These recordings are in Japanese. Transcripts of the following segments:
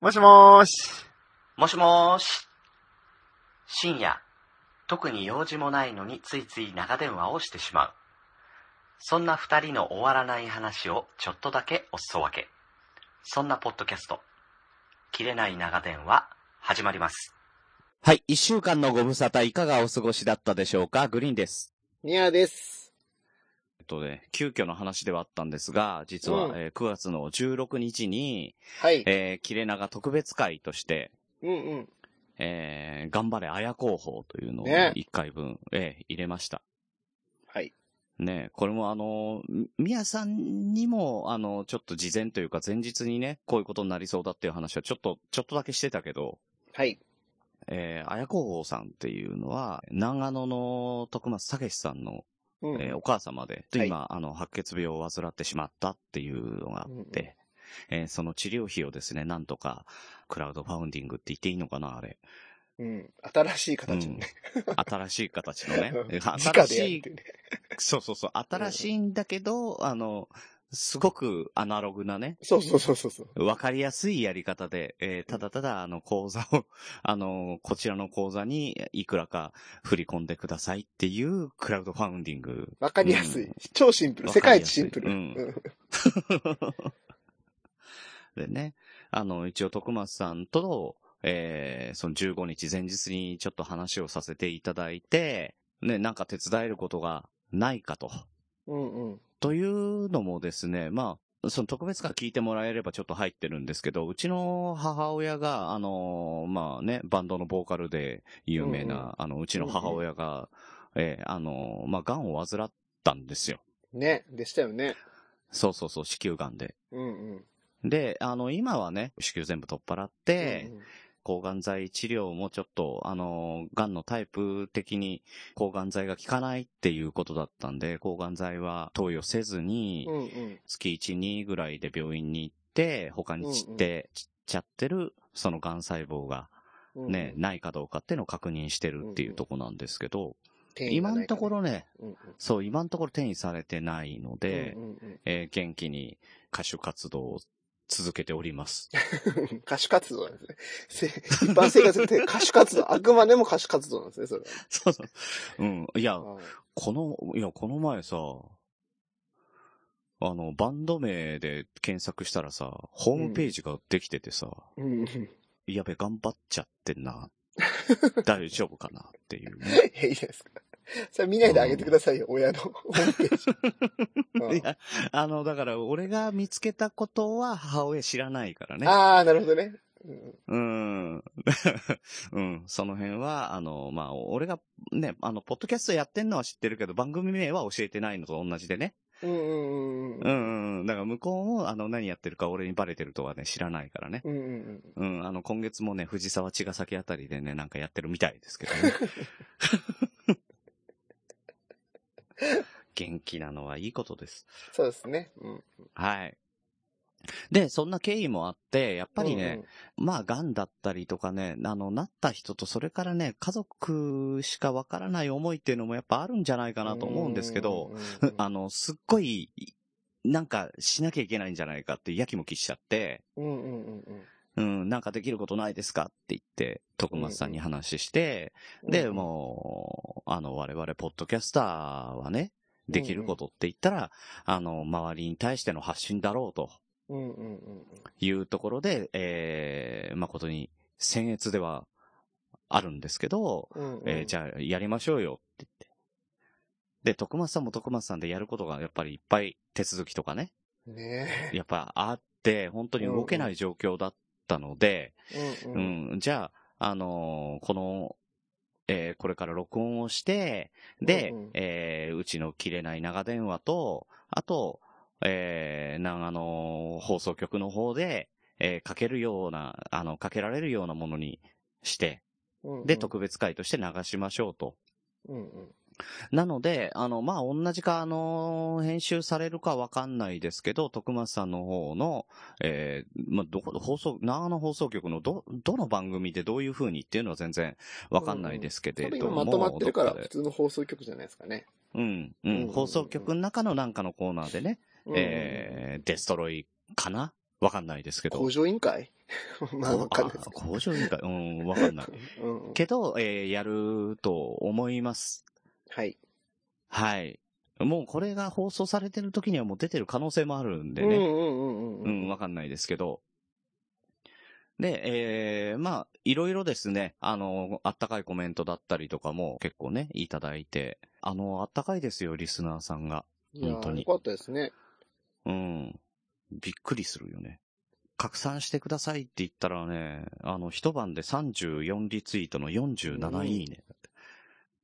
もしもーし。もしもーし。深夜、特に用事もないのについつい長電話をしてしまう。そんな二人の終わらない話をちょっとだけおすそ分け。そんなポッドキャスト、切れない長電話、始まります。はい。一週間のご無沙汰いかがお過ごしだったでしょうかグリーンです。ニアです。えっとね、急遽の話ではあったんですが、実は、うんえー9月の16日に、はい。えー、キレナガ特別会として、うんうん。えー、頑張れ綾広報というのをね1回分、えー入れました。はい。ねこれもあのー、み宮さんにも、あのー、ちょっと事前というか前日にね、こういうことになりそうだっていう話はちょっと、ちょっとだけしてたけど、はい。えー、綾広報さんっていうのは、長野の徳松武さんのうん。えーお母様で、ではい今、あの、白血病を患ってしまったっていうのがあって、えーその治療費をですね、なんとか、クラウドファウンディングって言っていいのかな、あれ。うん。新しい形のね。。新しい形のね うんえー直新でやるしっいて、いうね。そうそうそう、新しいんだけど、あの、すごくアナログなね、そうそうそうそうそう。わかりやすいやり方で、えーただただ、あの、口座を、 あの、こちらの口座にいくらか振り込んでくださいっていうクラウドファウンディング。わかりやすい。うん超シンプル。わ世か界りや一すシいンプル。ううんん。でね、あの、一応徳松さんと、えーその15日前日にちょっと話をさせていただいて、ね、なんか手伝えることがないかと。うんうん。というのもですね、まあ、その特別感聞いてもらえればちょっと入ってるんですけど、うちの母親が、あのーまあね、バンドのボーカルで有名な、うんうんあの、うちの母親が、えーあのーまあ、癌を患ったんですよ。ね。でしたよね。そうそうそう、子宮癌で。うんうん。で、あの、今はね、子宮全部取っ払って、抗がん剤治療もちょっと、あの、癌のタイプ的に抗がん剤が効かないっていうことだったんで、抗がん剤は投与せずにうん、うんうん。月1、2ぐらいで病院に行って、他に散って、散っちゃってる、その癌細胞がうんうんね、、ないかどうかっていうのを確認してるっていうとこなんですけど、転移が今なのいかとらこ、ろね、うんうんそう、今のところ転移されてないのでう、んうんえー元気に歌手活動を続けており ます。うん歌手活動なんですね。せ一般生活で歌手活動、あくまでも歌手活動なんです ね、それそうそう。うん。いや、は。この、いや、この前さ、あの、バンド名で検索したらさ、ホームページができててさ、うんうん。やべ、頑張っちゃってん な。大丈夫かなっていうね。いやいいじゃないですか。それ見ないであげてくださいよ、親のホーム ページ。うんいや、あの、だから、俺が見つけたことは母親知らないからね。ああ、なるほどね。うんうん。 うん。その辺は、あの、まあ、俺がね、あの、ポッドキャストやってんのは知ってるけど、番組名は教えてないのと同じでね。うんうんうんう。んうんうん。だから向こうも、あの、何やってるか俺にバレてるとはね、知らないからね。うんうんうん、あの、今月もね、藤沢茅ヶ崎あたりでね、なんかやってるみたいですけどね。元気なのはいいことです。そうですね。うん。はい。で、そんな経緯もあって、やっぱりね、まあ、癌だったりとかね、あの、なった人と、それからね、家族しかわからない思いっていうのもやっぱあるんじゃないかかなと思うんですけど、、うんうんあの、すっごい、なんかしなきゃいけないんじゃないかってやきもきしちゃって、うんうんうんうんうん、なんかできることないですかって言って、徳松さんに話して、うん。で、もう、あの、我々、ポッドキャスターはね、できることって言ったら、あの、周りに対しての発信だろうとうんうんうんいうところで、えー、誠に、僭越ではあるんですけど、うんうん。えーじゃあ、やりましょうよって言って。で、徳松さんも徳松さんでやることがやっぱりいっぱい手続きとかね、ゃねやっぱあって、本当に動けない状況だったので、え。うんううん。ん、じゃあ、あのーこの、えーこれから録音をして、で、ううんうんえーうちの切れない長電話と、あと、えー、長野放送局の方で、えーかけるような、あの、かけられるようなものにして、うんうんで、特別会として流しましょうと。うんうんなので、あの、まあ、同じか、あの、編集されるかわかんないですけど、徳松さんの方の、えーまあ、どこ、放送、長野放送局のど、どの番組でどういう風にっていうのは全然わかんないですけ多れ分ど今も。まとまってるから、どっ普で通の放送局じゃないですかね。うん、うんうんううんん。放送局の中のなんかのコーナーでね、うんうんえー、デストロイかなわかんないですけど工。場委員会 まあ、わかんないですあ工場委員会、うん、わかんない。けど。うん。けど、えーやると思います。はい。はい。もうこれが放送されてる時にはもう出てる可能性もあるんでうんうね。んうんうん。うん、わ、かんないですけど。で、えーまあ、いろいろですね、あの、あったかいコメントだったりとかも結構ね、いただいて、あの、あったかいですよ、リスナーさんが。いや本当ー、によかったですね。うん。びっくりするよね。拡散してくださいって言ったらね、あの、一晩で34リツイートの47いいね。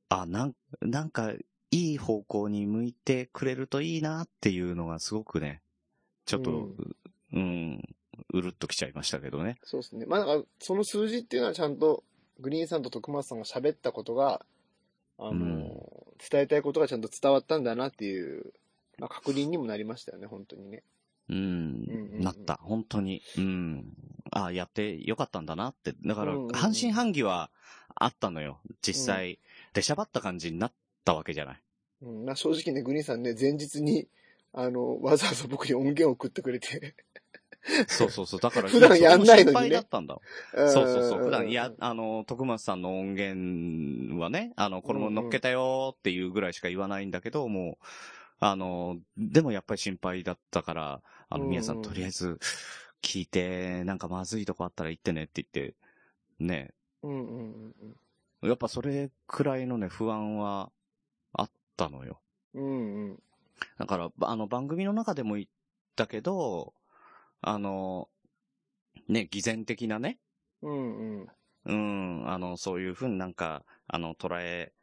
あ、なん、なんか、いい方向に向いてくれるといいなっていうのがすごくね、ちょっと、うううんん、うるっときちゃいましたけどね。そうですね。まあ、なんか、その数字っていうのはちゃんと、グリーンさんと徳松さんが喋ったことが、あのー、うん伝えたいことがちゃんと伝わったんだなっていう、まあ、確認にもなりましたよね、本当にね。うん、うんうんなった。本当に。うん。あやってよかったんだなって。だからうんうんう、ん半信半疑はあったのよ。実際、出しゃばった感じになったわけじゃない。うん、まあ、正直ね、グリーンさんね、前日に、あの、わざわざ僕に音源を送ってくれて。そうそうそう。だから、 普段やんないのにね心配だったんだもん。そ うそうそうそう。普段、いや、あの、徳松さんの音源はね、あの、これも乗っけたよっていうぐらいしか言わないんだけど、もう、あの、でもやっぱり心配だったから、あの、うん皆さんとりあえず聞いて、なんかまずいとこあったら言ってねって言って、ね、うんうんうんうん。やっぱそれくらいのね、不安はあったのよ。うんうん。だから、ばあの、番組の中でも言ったけど、あの、ね、偽善的なね、うんうん。うん、あの、そういうふうになんか、あの、捉え、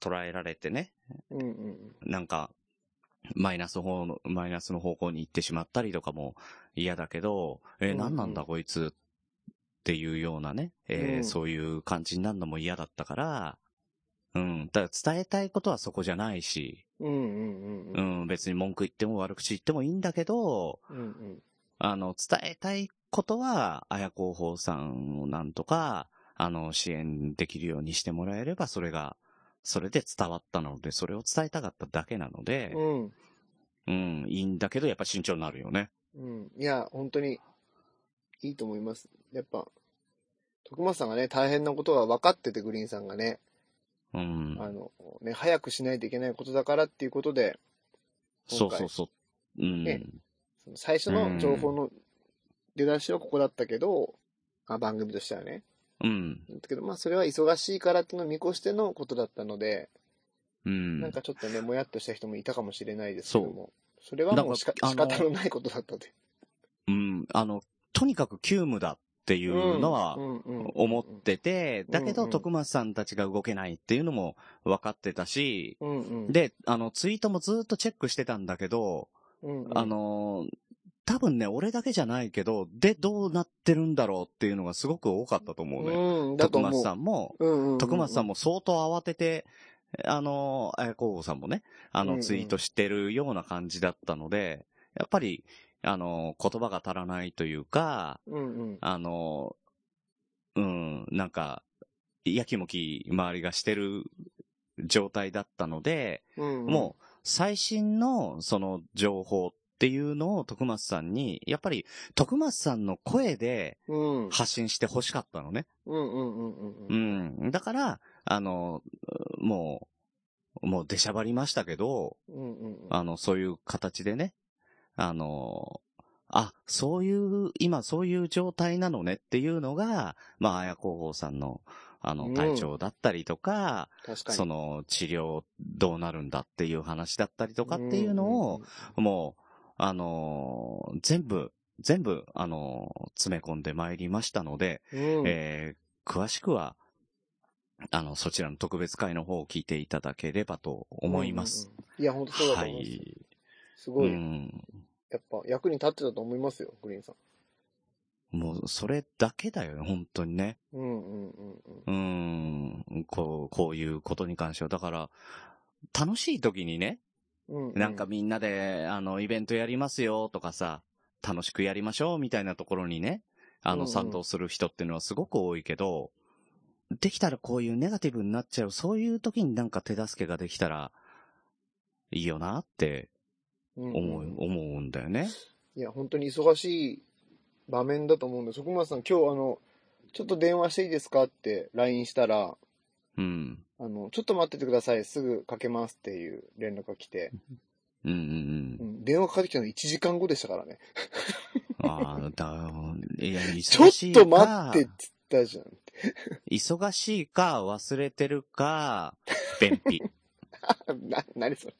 捉えられてね、うんうんなんか、マイナスの方の、マイナスの方向に行ってしまったりとかも嫌だけど、えうんうー、ん何なんだこいつっていうようなね、えーうんそういう感じになるのも嫌だったから、うん、だから伝えたいことはそこじゃないし、うん。うんうんう。うんん、別に文句言っても悪口言ってもいいんだけど、うんうん。あの、伝えたいことは、綾広報さんをなんとか、あの、支援できるようにしてもらえれば、それが、それで伝わったので、それを伝えたかっただけなので、うん。うん、いいんだけど、やっぱ慎重になるよね。うん。いや、本当に、いいと思います。やっぱ、徳松さんがね、大変なことが分かってて、グリーンさんがね、うん。あの、ね、早くしないといけないことだからっていうことで、そ今う回そうそう。うん。ねその最初の情報の出だしはここだったけど、あ番組としてはね。うん。だけど、まあ、それは忙しいからっていうのを見越してのことだったので、うん。なんかちょっとね、もやっとした人もいたかもしれないですけども、それはなんかもうしかあの仕方のないことだったで。うん。あの、とにかく急務だっていうのは、うんうんうん思ってて、だけうど、んうん徳松さんたちが動けないっていうのも分かってたし、うんうん、で、あの、ツイートもずっとチェックしてたんだけど、うんうんあ、のー多分ね、俺だけじゃないけど、で、どうなってるんだろうっていうのがすごく多かったと思うね。うん、だと徳思う。松さんも、うんうんうんうん、徳松さんも。も相当慌てて、あのー、綾候補さんもね、あうんの、うんツイートしてるような感じだったので、やっぱり、あのー、言葉が足らないというか、うんうん。あのー、うん、なんか、やきもき周りがしてる状態だったので、うんうん、もう最新のその情報っていうのを徳松さんに、やっぱり徳松さんの声でうん、発信して欲しかったのね。うんうんうんうんううん。ん。だから、あの、もう、もう出しゃばりましたけど、うんうんうん。あの、そういう形でね、あの、あ、そういう、今そういう状態なのねっていうのが、まあ、綾広報さんの、あうの、ん体調だったりとか、確かに。その治療どうなるんだっていう話だったりとかっていうのを、もう、あのー全部、全部、あのー詰め込んでまいりましたので、うんうんうん、うんえー詳しくは、あの、そちらの特別会の方を聞いていただければと思います。。うんうんいや、本当そうだはと思います。い。すうごい、ん。やっぱ役に立ってたと思いますよ、グリーンさん。もう、それだけだよね、本当にね。うんうんうんうん。うん。こう、こういうことに関しては。だから、楽しい時にね、うんなんかみんなで、あの、イベントやりますよとかさ、楽しくやりましょうみたいなところにね、あうんうの、ん賛同する人っていうのはすごく多いけど、できたらこういうネガティブになっちゃう、そういう時になんか手助けができたら、いいよなってうんうん思う、思うんだよね。いや、本当に忙しい場面だと思うんで、徳松さん、今日あの、ちょっと電話していいですかって LINE したら、うん。あの、ちょっと待っててください、すぐかけますっていう連絡が来て、うんう うんん、電話かかってきたの1時間後でしたからね。うん。ああ、だ、いや、ちょ忙しっいと待ってっかつったじゃん。忙しいか、忘れてるか、便 秘。な、なにそれ。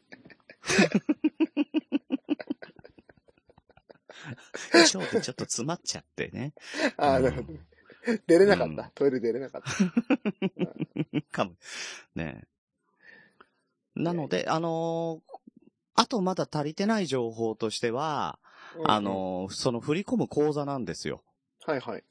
腸でちょっと詰まっちゃってね。ああ、うんなるほどね。出れなかった。うんトイレ出れなかった。かも。ねえなので、あのーあとまだ足りてない情報としては、う んあ、のーその振り込む口座なんですよ。はいはい。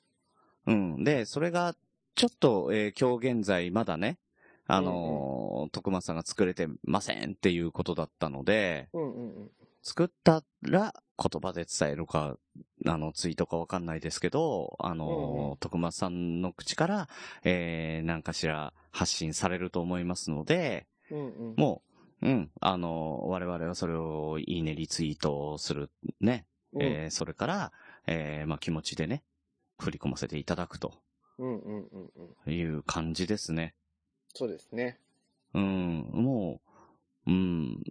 うん。で、それが、ちょっと、えー今日現在まだね、あのー徳間さんが作れてませんっていうことだったので、うんうんうん。作ったら言葉で伝えるか、あの、ツイートかわかんないですけど、あうんうの、徳間さんの口から、えー、なんかしら発信されると思いますので、うんうん。もう、うん、あの、我々はそれをいいね、リツイートをする、ね、うん、えーそれから、えー、まあ、気持ちでね、振り込ませていただくとうんうんうんうん。いう感じですね。そうですね。うん、もう、うん、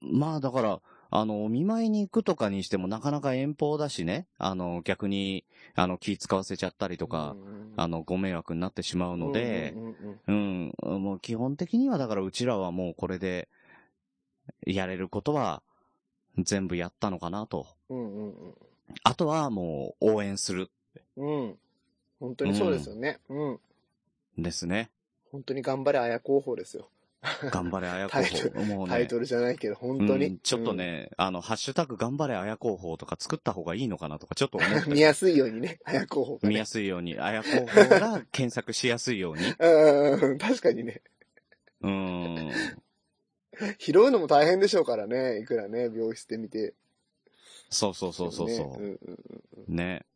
まあだから、あの、お見舞いに行くとかにしてもなかなか遠方だしね、あの、逆に、あの、気使わせちゃったりとかう、んうんうん、あの、ご迷惑になってしまうのでう、んうんうんうんうん、もう基本的にはだからうちらはもうこれで、やれることは、全部やったのかなと。うんうんあとはもう応援するうん。うん。本当にそうですよね。うん。んですね。本当に頑張れ、綾候補ですよ。頑張れ、綾候タイト補。もうねタイトルじゃないけど、本当に。うんちょっとね、あの、ハッシュタグ頑張れ、綾候補とか作った方がいいのかなとか、ちょっと思ったうん。り 見やすいようにね、綾候補が見ね。やすいように、あや候補が検索しやすいように。うんうんうん、確かにね。うーん。拾うのも大変でしょうからね、いくらね、病室で見て。そうそうそうそうそねうんうんう。ね。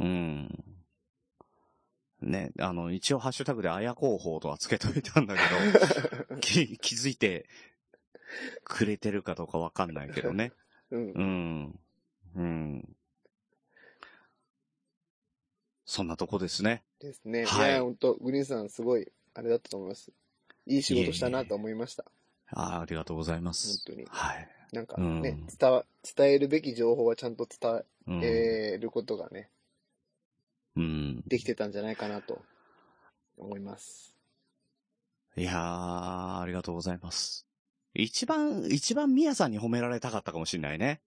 うん。ね、あの、一応ハッシュタグであや候補とはつけといたんだけ ど、き気づいてくれてるかどうかわかんないけどね。うんう。ん。うん。そんなとこですね。ですね。はいいや、本当グリーンさん、すごい、あれだったと思います。いい仕事したなと思いました。あーありがとうございます。本当にはい。なんかね、うん伝わ、伝えるべき情報はちゃんと伝うん。えることがね、うん。できてたんじゃないかなと思います。いやー、ありがとうございます。一番、一番ミヤさんに褒められたかったかもしんないね。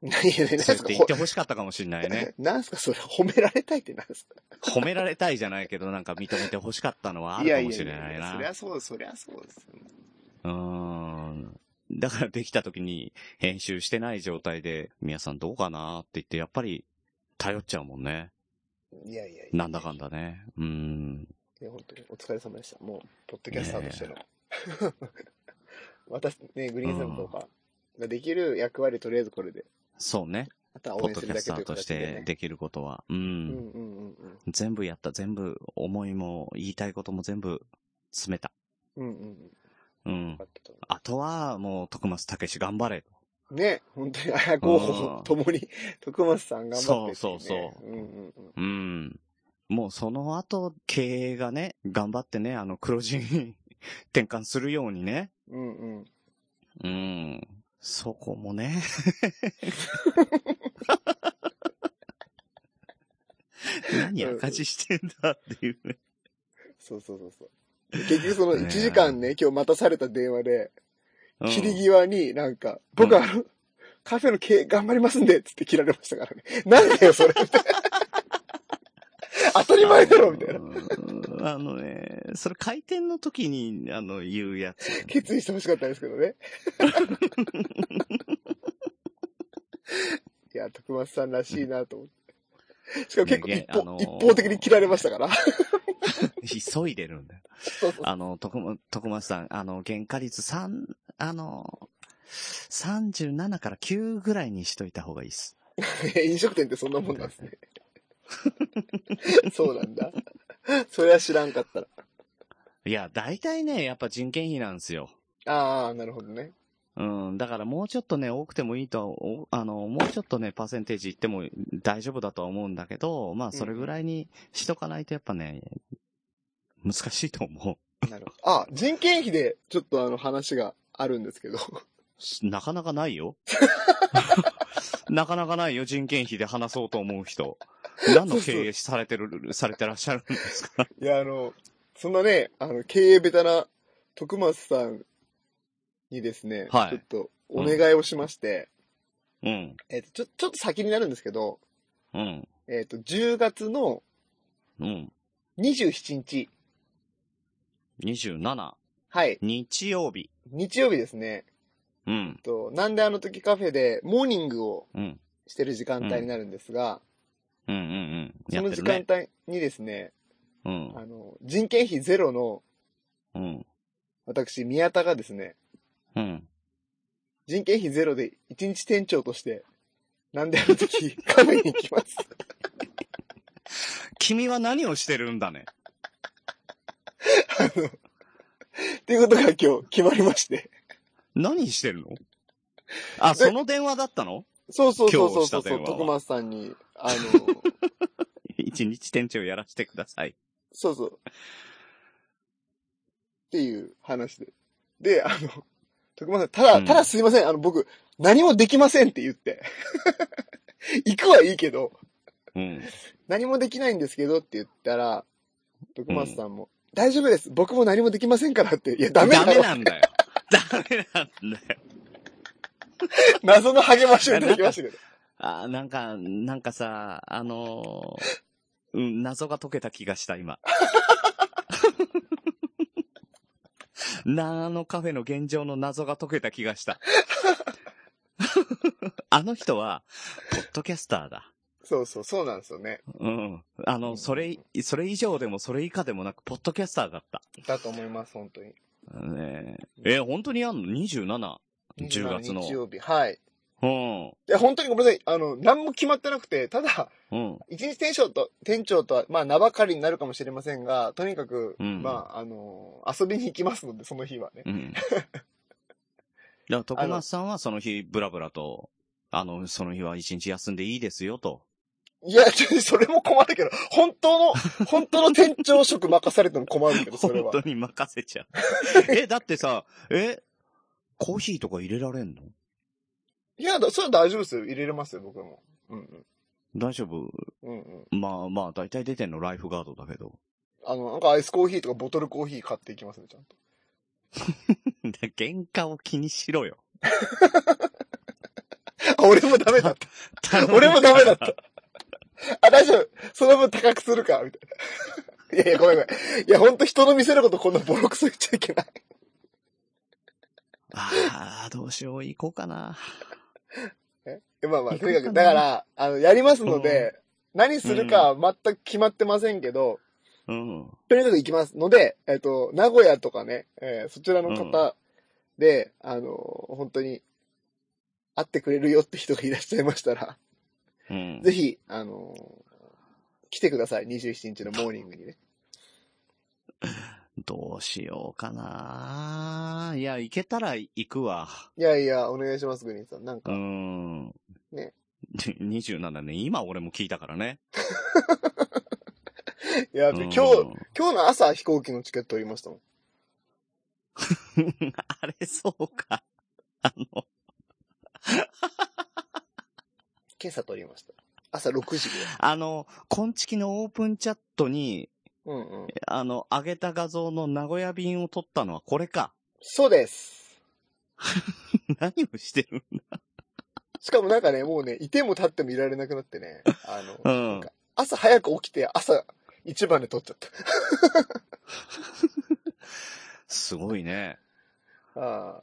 何やねん、何そうすやっかて言ってほしかったかもしんないね。なんすかそれ、褒められたいってなんすか褒められたいじゃないけど、なんか認めてほしかったのはあるかもしれないな。そりゃそう、そりゃそうです。うーん。だからできた時に編集してない状態で、ミヤさんどうかなって言って、やっぱり頼っちゃうもんね。いやいやいや。なんだかんだね。うーん。いや、本当にお疲れ様でした。もう、ポッドキャスターとしての。 私、ね、グリーンさんとかができる役割、とりあえずこれで。そうね。あとはポッ応援ドキするャだスけタといーとうし形で、ね。てできることは。う。うんんうんうんうん。全部やった。全部、思いも、言いたいことも全部、詰めた。うんうんうん。うんよか。ったと思あとは、もう、徳松武史頑張れ。うね、本当に、あやう候ん補ともに、徳松さん頑張ってっていねそうそうそううんうんうん。うん。もうその後、経営がね、頑張ってね、あの、黒字に転換するようにね。うんうん。うん。そこも ね。何赤字してんだっていうね。そうそうそうそう。結局その1時間ね、今日待たされた電話で、うん切り際になんか、僕あの、カフェの経営頑張りますんで、つって切られましたからね。なんだ よ、それ。みたいな当たり前だろ、みたいな。うんあのね、それ開店の時に、あの、言うやつ。決意してほしかったんですけ どね。いや、徳松さんらしいなと思って。しかも結構ね一あの方、ー一方的に切られまし たから。急いでるんだよ。そうそうあの、徳ま、徳松さん、あの、原価率3、あの、37から9ぐらいにしといた方がいいっす。 飲食店ってそんなもんなんですね。そうなんだ。それは知らんかったら。いや、大体ね、やっぱ人件費なんですよ。ああ、なるほどね。うん、だからもうちょっとね、多くてもいいとは、おあの、もうちょっとね、パーセンテージいっても大丈夫だとは思うんだけど、まあ、それぐらいにしとかないとやっぱね、難しいと思なるほど。あ、人件費でちょっとあの話があるんですけど。う。なかなかないよ。なかなかないよ、人件費で話そうと思う人。何の経営されてる、されてらっしゃるんですかいや、あの、そんなね、あの、経営ベタな徳松さんにですね、はいちょっとお願いをしまして、うん、えっと、ちょ、ちょっと先になるんですけど、うん、えっと、10月のうん。 27日、 27、はい、日曜日。日曜日ですね、うん、と、なんであの時カフェでモーニングをうん、してる時間帯になるんですが、うん、うん、うん。やそってのる時ね間。帯にですね、うん、あの、人件費ゼロのうん、私、宮田がですね、うん。人件費ゼロで一日店長として、なんであの時カフェに行きます。君は何をしてるんだね。っていうことが今日決まりまして。何してるのあ、その電話だったのそうそうそ今うそうそ日したうそ電う、話は徳松さんに、あ の、一日店長やらせてください。そうそう。っていう話で。で、あの、徳松さん、たうだ、んただすいません、あの、僕、何もできませんって言って。 行くはいいけど、うん。何もできないんですけどって言ったら、徳松さんも、大丈夫です、僕も何もできませんからって、いや、ダメだよ。なんだよ。ダメなんだよ。謎の励ましをいただきましたけど。あ、なんか、なんかさ、あのーうん、謎が解けた気がした、 今。なあのカフェの現状の謎が解けた気がした。あの人は、ポッドキャスターだ。そうそう、そうなんですよね。うん。あの、それ、それ以上でもそれ以下でもなく、ポッドキャスターだった。だと思います、本当に。ねえ。え、本当にやんの ?27。10月の日。曜日。はい。うん。いや、本当にごめんなさい。あの、何も決まってなくて、ただ、うん。一日店長と、店長とは、まあ、名ばかりになるかもしれませんが、とにかく、うんまあ、あの、遊びに行きますので、その日はね。うん。だから、徳松さんはその日、ブラブラと、あの、その日は一日休んでいいですよと。いや、ちょそれも困るけど、本当の、本当の店長職任されても困るけど、それ 本は当。に任せちゃう。え、だってさ、え、コーヒーとか入れられんのいや、だそれは大丈夫ですよ。入れれますよ、僕も。うんうん。大丈夫うんうん。まあまあ、大体出てんのライフガードだけど。あの、なんかアイスコーヒーとかボトルコーヒー買っていきますね、ちゃんと。 で原価を気にしろよ。あ、俺もダメだった。俺もダメだった。あ、大丈夫。その分高くするか、みたいな。いやいや、ごめんごめん。いや、ほんと人の店のことこんなボロクソ言っちゃいけない。ああ、どうしよう、行こうかな。え まあまあ、行とこうにかなかく、だから、あの、やりますので、何するかは全く決まってませんけど、うん。とにかく行きますので、えっと、名古屋とかね、えーそちらの方で、あの、本当に、会ってくれるよって人がいらっしゃいましたら、うん。ぜひ、あの、来てください、27日のモーニングにね。どうしようかな。いや、行けたら行くわ。いやいや、お願いします、グリーンさん。なんうか、ーん。 ね。 27ね、今俺も聞いたからね。いや、今日、今日の朝飛行機のチケット取りましたもうん。ん あれ、そうか。あの、今朝取りました。朝6時ぐらい。あの、コンチキのオープンチャットに、うんうん。あの、上げた画像の名古屋便を撮ったのはこれか。 そうです。何をしてるしかもなんかね、もうね、いても立ってもいられなくなってね、あの、うんなんか朝早く起きて、朝一番で撮っちゃっすごいね。た。ああ。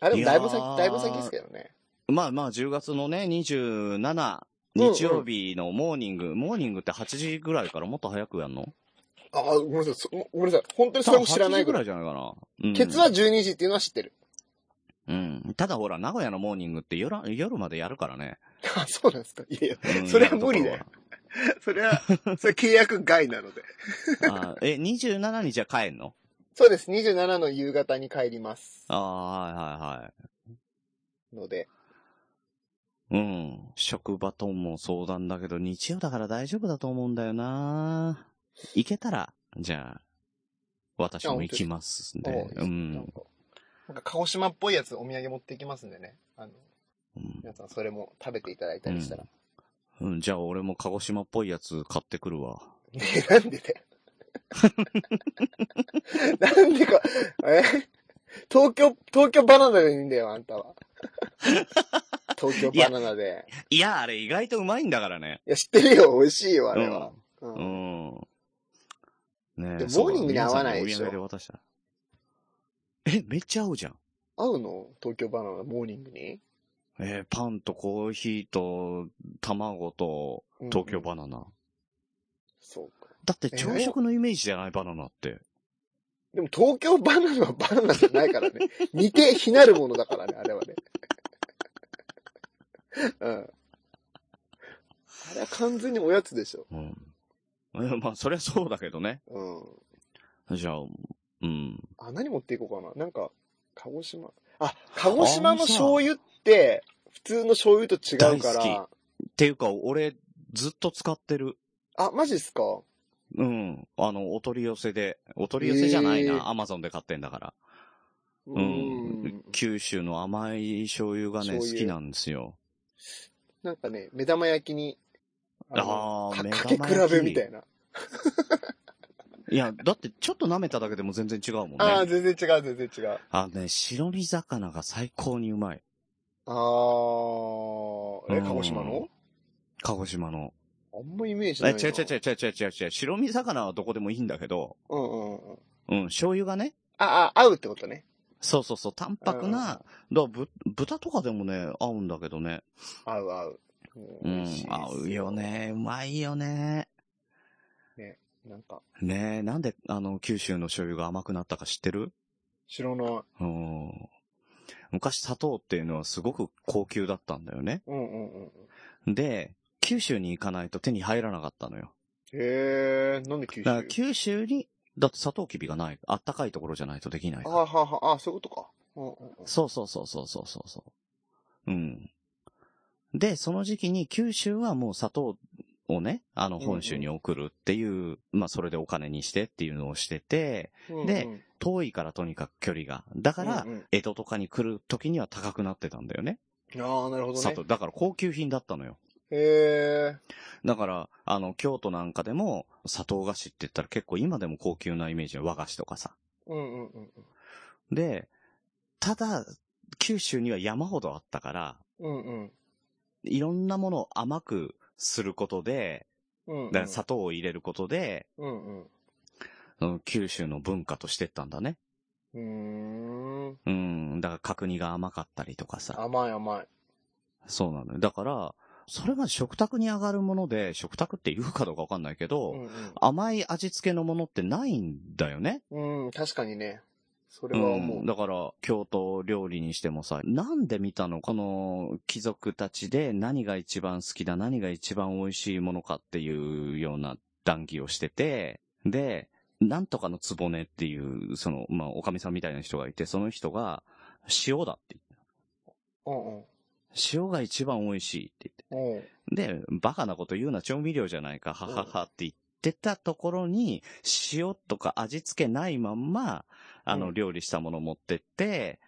あ、でもいやーだいぶ先、だいぶ先ですけどね。まあまあ、10月のね、27、日曜日のモーニング、モーニングって8時ぐらいからもっと早くやんのああ、ごめんなさいそ、ごめんなさい。本当にそれも知らないぐぐららいい。じゃないかな。うんケツは12時っていうのは知ってる。うん。ただほら、名古屋のモーニングって夜、夜までやるからね。あ、そうなんですか。いやいや、うんそれは無理だよ。それは、それ契約外なので。やるところはあえ、27にじゃあ帰んのそうです。27の夕方に帰ります。ああ、はいはいはい。ので。うん。職場とも相談だけど、日曜だから大丈夫だと思うんだよな行けたら、じゃあ、私も行きますんで。おうなんん。か、なんか鹿児島っぽいやつお土産持ってきますんでね。あの、うん皆さんそれも食べていただいたりしたら。うん、じゃあ俺も鹿児島っぽいやつ買ってくるわ。ねえ、 なんでだよ。なんでか、え東京、東京バナナでいいんだよ、あん たは。東京バナナで。いや、いや、あれ意外とうまいんだからね。知ってるよ、美味しいよ、あれは。ううんん。ねえでそうモーニングに合わない皆さでんにおしょ土産渡した。え、めっちゃ合うじゃん。合うの東京バナナ、モーニングにえーパンとコーヒーと卵と東京ナナ。バナナ。そうか。だって朝食のイメージじゃないバナナって。でも東京バナナはバナナじゃないからね。似て非なるものだからね、あれはね。 うん。あれは完全におやつでしょ。うん。 えーまあ、そりゃそうだけどね。うん。じゃあ、うん。あ、何持っていこうかな。なんか、鹿児島。あ、鹿児島の醤油って、普通の醤油と違うか大ら。っていうか、俺、ずっと使ってる。あ、マジっすかうん。あの、お取り寄せで。お取り寄せじゃないへな。ーアマゾンで買ってんだから。ううーんん。。九州の甘い醤油がね、好醤油きなんですよ。なんかね、目玉焼きに、のあーか目か玉け焼き比べみたいな。いや、だってちょっと舐めただけでも全然違うもんね。あああ、全然違う、全然違う。のね、白身魚が最高にうまい。あー、え、鹿児島の鹿児島の。あんまイメージなえ、いな。違う違う違う違う違う違う違う。白身魚はどこでもいいんだけど、うんうんうん。うん、醤油がね、あ、あ、合うってことね。そうそうそう、淡白な、だぶ豚とかでもね、合うんだけどね。合う合う。う美味しいんっ、す合うよ。ね。うまいよね。なんか、ねえ、なんで、あの、九州の醤油が甘くなったか知ってる白の、うん。昔砂糖っていうのはすごく高級だったんだよね。うんうんうん。で、九州に行かないと手に入らなかったのよ。へー、なんで九州だから九州に、だって砂糖きびがない。あったかいところじゃないとできないかあら。はは、あ、そういうことか。うんうんうんそうそうそうそうそうそうそう。うん。で、その時期に九州はもう砂糖をね、あのうんうん本州に送るっていう、まあそれでお金にしてっていうのをしてて、うんうんで、遠いからとにかく距離が。だからうんうん、江戸とかに来る時には高くなってたんだよね。ああ、なるほど砂ね糖。。だから高級品だったのよ。へだから、あの、京都なんかでも、砂糖菓子って言ったら結構今でも高級なイメージの和菓子とかさ。ー、うんうんうんで、ただ、九州には山ほどあったから、うん。うんいろんなものを甘くすることで、うん。うん。だから砂糖を入れることで、うんうん。その九州の文化としてったんだね。うーん。うん、だから角煮が甘かったりとかさ。甘い甘い。そうなのよ。だから、それが食卓に上がるもので、食卓って言うかどうかわかんないけど、うん甘い味付けのものってないんだよね。うん。うん、確かにね。それはう思う。ん。だから、京都料理にしてもさ、なんで見たのこの貴族たちで何が一番好きだ、何が一番美味しいものかっていうような談義をしてて、で、なんとかのつぼねっていう、その、まあ、おかみさんみたいな人がいて、その人が、塩だって言ってうんうん。塩が一番美味しいってうん。言って。で、バカなこと言うな、調味料じゃないか、はははって言ってたところに、塩とか味付けないまんま、あうの、ん料理したもの持ってって、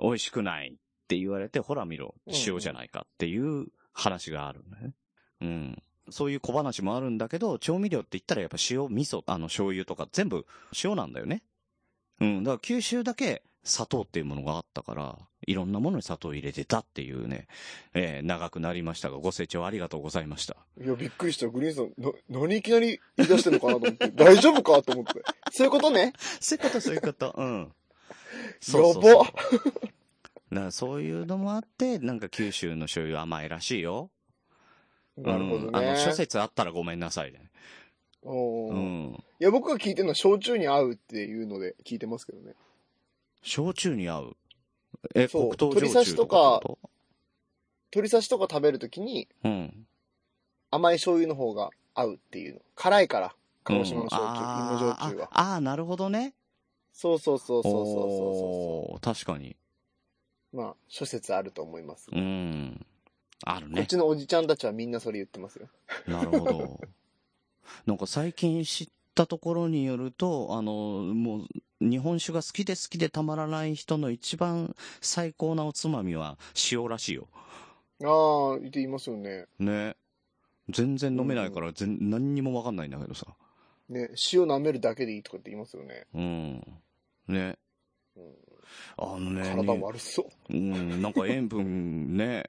美味しくないって言われて、ほら見ろうん、塩じゃないかっていう話があるのね。うん。そういう小話もあるんだけど、調味料って言ったらやっぱ塩、味噌、あの、醤油とか全部塩なんだよね。うん。だから九州だけ砂糖っていうものがあったから、いろんなものに砂糖を入れてたっていうね、えー長くなりましたが、ご清聴ありがとうございました。いや、びっくりした。グリーンさん、な、何いきなり言い出してんのかなと思って。大丈夫かと思って。そういうことね。そういうこと、そういうこと。うん。やばだからそういうのもあって、なんか九州の醤油甘いらしいよ。なるほどね。うん、あの、諸説あったらごめんなさいね。おーうん。いや、僕が聞いてるのは、焼酎に合うっていうので聞いてますけどね。焼酎に合う。え、そう黒糖焼酎鶏刺しとかかってこ鶏刺しとか食べるときに、とうん。甘い醤油の方が合うっていうの。辛いから、鹿児島の焼酎、うん芋焼酎は。あーあー、なるほどね。そうそうそうそうそうそうそおー確かに。う。まあ、諸説あると思います。うん。あるこねっ。ちのおじちゃんたちはみんなそれ言ってますよ。なるほど。 なんか最近知ったところによると、あの、もう、日本酒が好きで好きでたまらない人の一番最高なおつまみは塩らしいよ。ああ、言っていますよね。ね。全然飲めないから、全何にもわかんないんだけどさ。ね、塩舐めるだけでいいとかって言いますよね。うん。ね。うんあのね。体悪そうん、なんか塩分ね。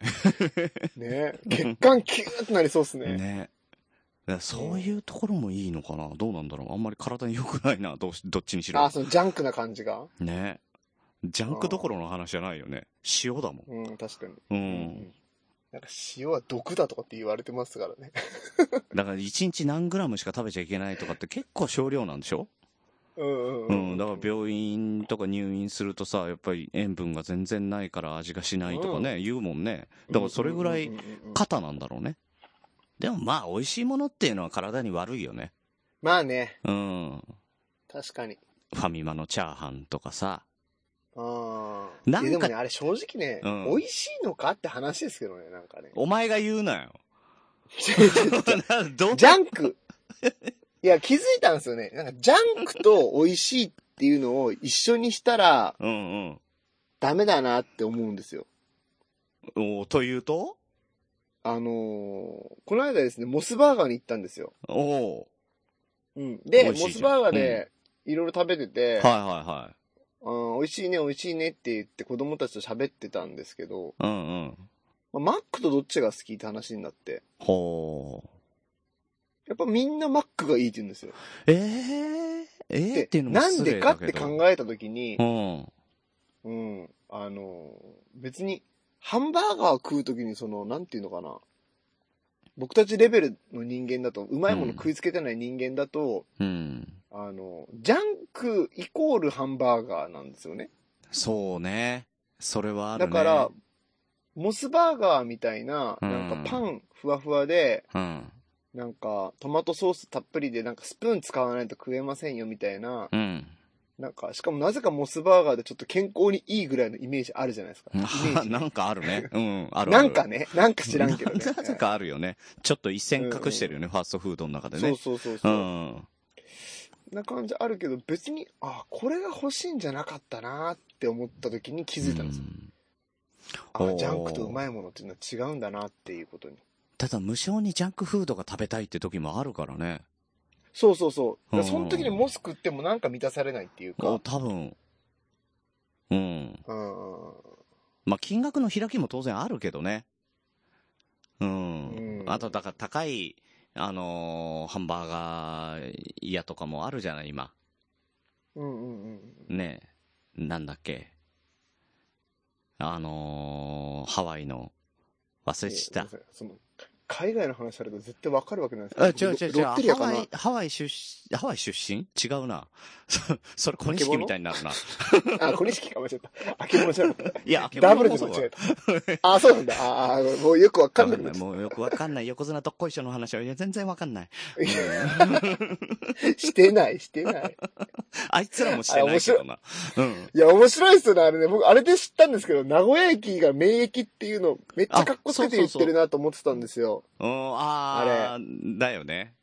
う。ね、血管キューってなりそうっすね。 ね。だからそういうところもいいのかなどうなんだろうあんまり体に良くないな。どうしどっちにしあろあ、。そのジャンクな感じが。ね。ジャンクどころの話じゃないよね。塩だもん。うん、確かに。う。。うんなんか塩は毒だとかって言われてますからね。 だから一日何グラムしか食べちゃいけないとかって結構少量なんでしょうんううんうん。ん。だから病院とか入院するとさ、やっぱり塩分が全然ないから味がしないとかね、言うもんね。だからそれぐらいうんうんうんうんうん肩なんだろうね。でもまあ、美味しいものっていうのは体に悪いよね。まあね、うん。確かに。ファミマのチャーハンとかさ。ああ。なんかいやでもね、あれ正直ね、うん美味しいのかって話ですけどね、なんかね。お前が言うなよ。 ど ジャンク。いや、気づいたんですよね。なんか、ジャンクと美味しいっていうのを一緒にしたらうんダメだなって思うんですよ。うん。おというとあのーこの間ですね、モスバーガーに行ったんですよ。おううん。美で、味しモいじゃんスバーガーで、いろいろ食べてて、はいはうん美味しいね、美味しいねって言って子供たちと喋ってたんですけど、いはい。うんうん。まあマックとどっちが好きって話になって、ほう。やっぱみんなマックがいいって言うんですよ。えー、えー、っていうのもなん失で礼かだっけてど。考えたときに、うん。うん。あの、別に、ハンバーガーを食うときに、その、なんていうのかな。僕たちレベルの人間だと、うまいもの食いつけてない人間だと、うん。あの、ジャンクイコールハンバーガーなんですよね。そうね。それはあるだね。から、、モスバーガーみたいな、うんなんかパンふわふわで、うん。なんかトマトソースたっぷりで、なんかスプーン使わないと食えませんよみたいな、うん。なんか、しかもなぜかモスバーガーでちょっと健康にいいぐらいのイメージあるじゃないですか。イメージ。 なんかあるね。うん、あるあなるんかね、なんか知らんけどね。なぜかあるよね。ちょっと一線隠してるよね、ファーストフードの中でそうね。そうそううそう、ん。な感じあるけど別にあこれが欲しいんじゃなかったなって思った時に気づいたんですよ、うんおあージャンクとうまいものっていうのは違うんだなっていうことにただ無償にジャンクフードが食べたいって時もあるからね。そうそうそううんだからその時にモス食ってもなんか満たされないっていうおか多分。うん。うんまあ、金額の開きも当然あるけどね。うん。うんあと、だから高い、あのーハンバーガー屋とかもあるじゃない、今。うんうんうんねえ。なんだっけ。あのーハワイの、忘れちゃっえーごめんなさいその海外の話されると絶対わかるわけないですた。あ、違う違う違う。ロッテリハアかワなイ、ハワイ出身、ハワイ出身違うな。そそれ、小あけぼ錦のみたいになるな。あ、小錦か間違った。あけぼのじゃな かっいや、あた。けぼダのブルで間違えた。あ、そうなんだ。ああ、もうよくわかんなくなっちゃっもうよくわかんない。横綱とっこいしょの話は、いや、全然わかんない。 た。いやしてない、してない。あいつらもしてないけどな。うん。いや、面白いですよね、あれね。僕、あれで知ったんですけど、名古屋駅が名駅っていうの、めっちゃかっこつけて言ってるなと思ってたんですよ。うん、ああだよね。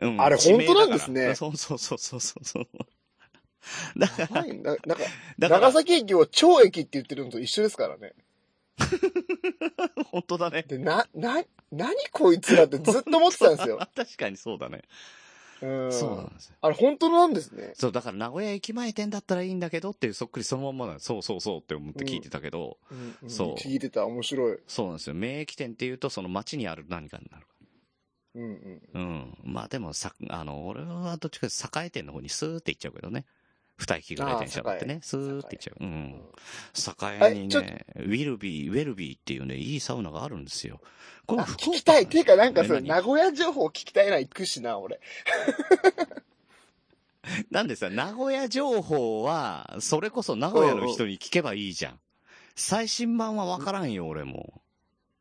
うん。あれ地名だから本当なんですねそうそうそうそうそうそう。だかはら、い。ななんか、だから長崎駅を超駅って言ってるのと一緒ですからね。本当だね。で、な、な、何こいつらってずっと思ってたん ですよ。確かにそうだね。うん。そうなんですよ。あれ、本当なんですね。そう、だから名古屋駅前店だったらいいんだけどっていうそっくりそのまんまなのそうそうそうって思って聞いてたけど、うんんそう聞いてた、面白い。そうなんですよ。名駅店っていうとその街にある何かになる。うんうん。うん。まあでもさ、あの、俺はどっちかというと栄店の方にスーって行っちゃうけどね。二駅ぐらい電車だってあね。スーって行っちゃう。うん。栄にえちょっとね、ウィルビー、ウェルビーっていうね、いいサウナがあるんですよ。こあれ聞きたい。ていうか、なんかそれ、ね名古屋情報聞きたいな、行くしな、俺。なんでさ、名古屋情報は、それこそ名古屋の人に聞けばいいじゃん。最新版はわからんよ、俺も。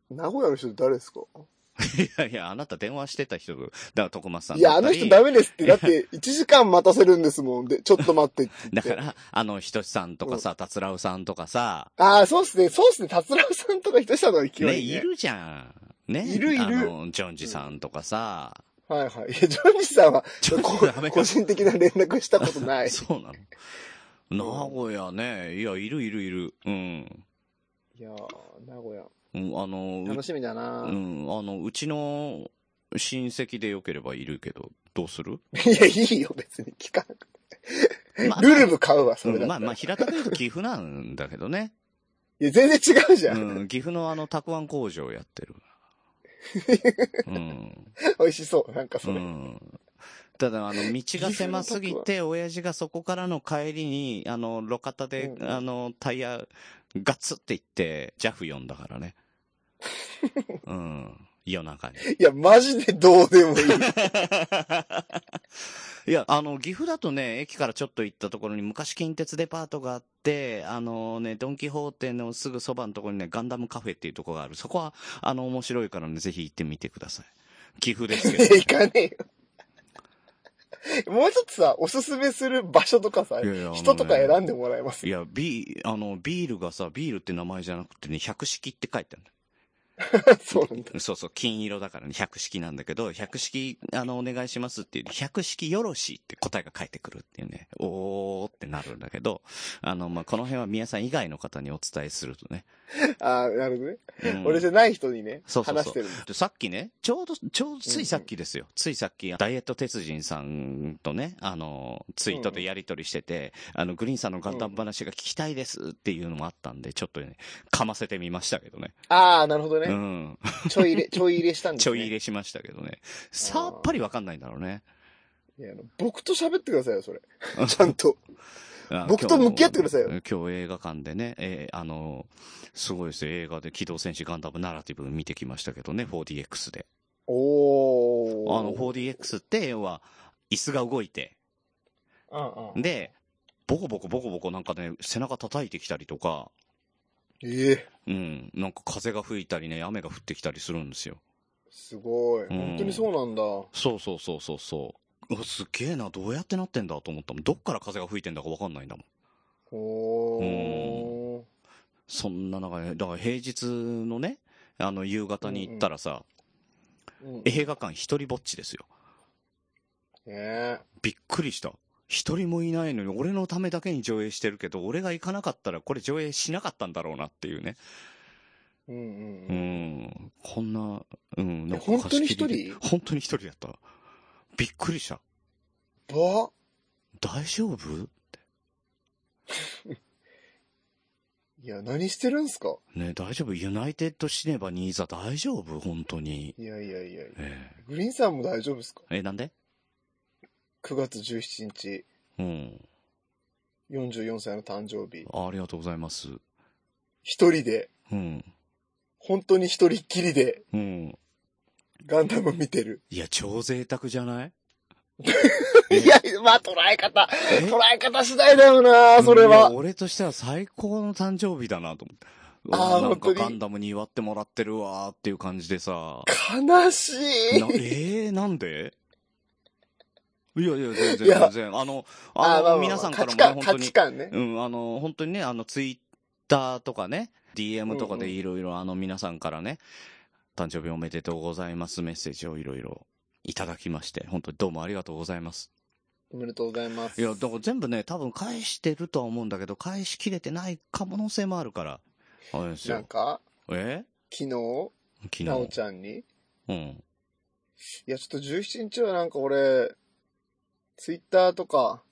名古屋の人誰ですかいやいや、あなた電話してた人、だから徳松さんいや、あの人ダメですって。だって、1時間待たせるんですもん。で、ちょっと待ってって言だって。から、あの、ひとしさんとかさ、達郎さんとかさ、ああ、そうっすね。そうっすね。達郎さんとか人したのが勢い、ね。ね、いるじゃん。ね。いるいるあの、ジョンジさんとかさ、はいはい。いやジョニーさんは、ちょっとこダメか個人的な連絡したことない。そうなの。名古屋ね、いや、いるいるいる。うん。いやー、名古屋。うんあの、う楽しみだな、ういん、あの、うちの親戚でよければいるけど、どうするや、いいよ、別に聞かなくて。まあルルブ買うわ、それうだんまっあたら。まあ、平たく言うと岐阜なんだけどね。いや、全然違うじゃん。うん、岐阜のあの、たくあん工場や ってる。うん。美味しそう、なんかうそれ。ん。ただ、あの、道が狭すぎて、親父がそこからの帰りに、あの、路肩で、うんあの、タイヤ、ガツっていって、JAF 呼んだから ね。うん。夜中に。いや、マジでどうでもいい。いや、あの、岐阜だとね、駅からちょっと行ったところに昔近鉄デパートがあって、あのね、ドンキホーテのすぐそばのところにね、ガンダムカフェっていうところがある。そこは、あの、面白いからね、ぜひ行ってみてください。岐阜ですけいや、ど。行かねえよ。もうちょっとさ、おすすめする場所とかさ、 いやいやあのね人とか選んでもらえますいや、ビー、あの、ビールがさ、ビールって名前じゃなくてね、百式って書いてあるんだよ。そうなんだ。そうそう、金色だからね、百式なんだけど、百式、あの、お願いしますっていう、百式よろしいって答えが返ってくるっていうね、おーってなるんだけど、あの、まあ、この辺は宮さん以外の方にお伝えするとね。ああ、なるほどね。うん俺じゃない人にね、そうそうそう話してるんだ。でさっきね、ちょうど、ちょうどついさっきですよ。ついさっき、ダイエット鉄人さんとね、あの、ツイートでやりとりしてて、あの、グリーンさんのガンダム話が聞きたいですっていうのもあったんで、ちょっとね、かませてみましたけどね。ああ、なるほどうね。ん。ちょい入れ、ちょい入れしたんですちね。ょい入れしましたけどね。さっぱりわかんないんだろう ね。いやあの僕と喋ってくださいよ、それ。ちゃんと。あ僕と向き合ってくださいよ今日今日映画館でね、えーあの、すごいですよ。映画で機動戦士ガンダムナラティブ見てきましたけどね、4DX で。おー。あの、4DX って、要は、椅子が動いて、うんうん。で、ボコボコボコボコなんかね、背中叩いてきたりとか、ええうん、なんか風が吹いたりね、雨が降ってきたりするんですよ。すごい。ん本当にそうなんだ。そうそうそうそうそう。うわすげえな、どうやってなってんだと思ったもん。どっから風が吹いてんだかわかんないんだもん。おー。そんな中で、だから平日のね、あの、夕方に行ったらさ、うん、映画館一人ぼっちですよ。ねびっくりした。一人もいないのに、俺のためだけに上映してるけど、俺が行かなかったらこれ上映しなかったんだろうなっていうね。うんううんうん。ん。こんな、うん。なんかえ本当に貸し切りで一人本当に一人だった。びっくりした。ば大丈夫いや、何してるんすかね大丈夫ユナイテッドシネバニーザ大丈夫本当に。いやいやいやいや。えグリーンさんも大丈夫ですかええ、なんで ?9 月17日、うん。 44歳の誕生日。ありがとうございます。一人で、うん。本当に一人っきりで、うん。ガンダム見てる。いや、超贅沢じゃないいえや、まあ、捉え方、え捉え方次第だよな、それいやは。俺としては最高の誕生日だなと思って。あーああ、なん本当かにガンダムに祝ってもらってるわーっていう感じでさ。悲しいな。えー、なんでいやいや、全然、いや全然。あの、あーまあまあまの、あ皆さんか価らも値ね本観、価当に値、観ね。うん、あの、本当にね、あの、ツイッターとかね、DM とかでうんうんいろいろ、あの、皆さんからね、誕生日おめでとうございますメッセージをいろいろいただきまして、本当にどうもありがとうございます。おめでとうございます。いや、だから全部ね、多分返してるとは思うんだけど、返しきれてない可能性もあるから、あれですなんよ。か、え昨日、昨日。なおちゃんに、いうん。や、ちょっと17日はなんか俺、ツイッターとか、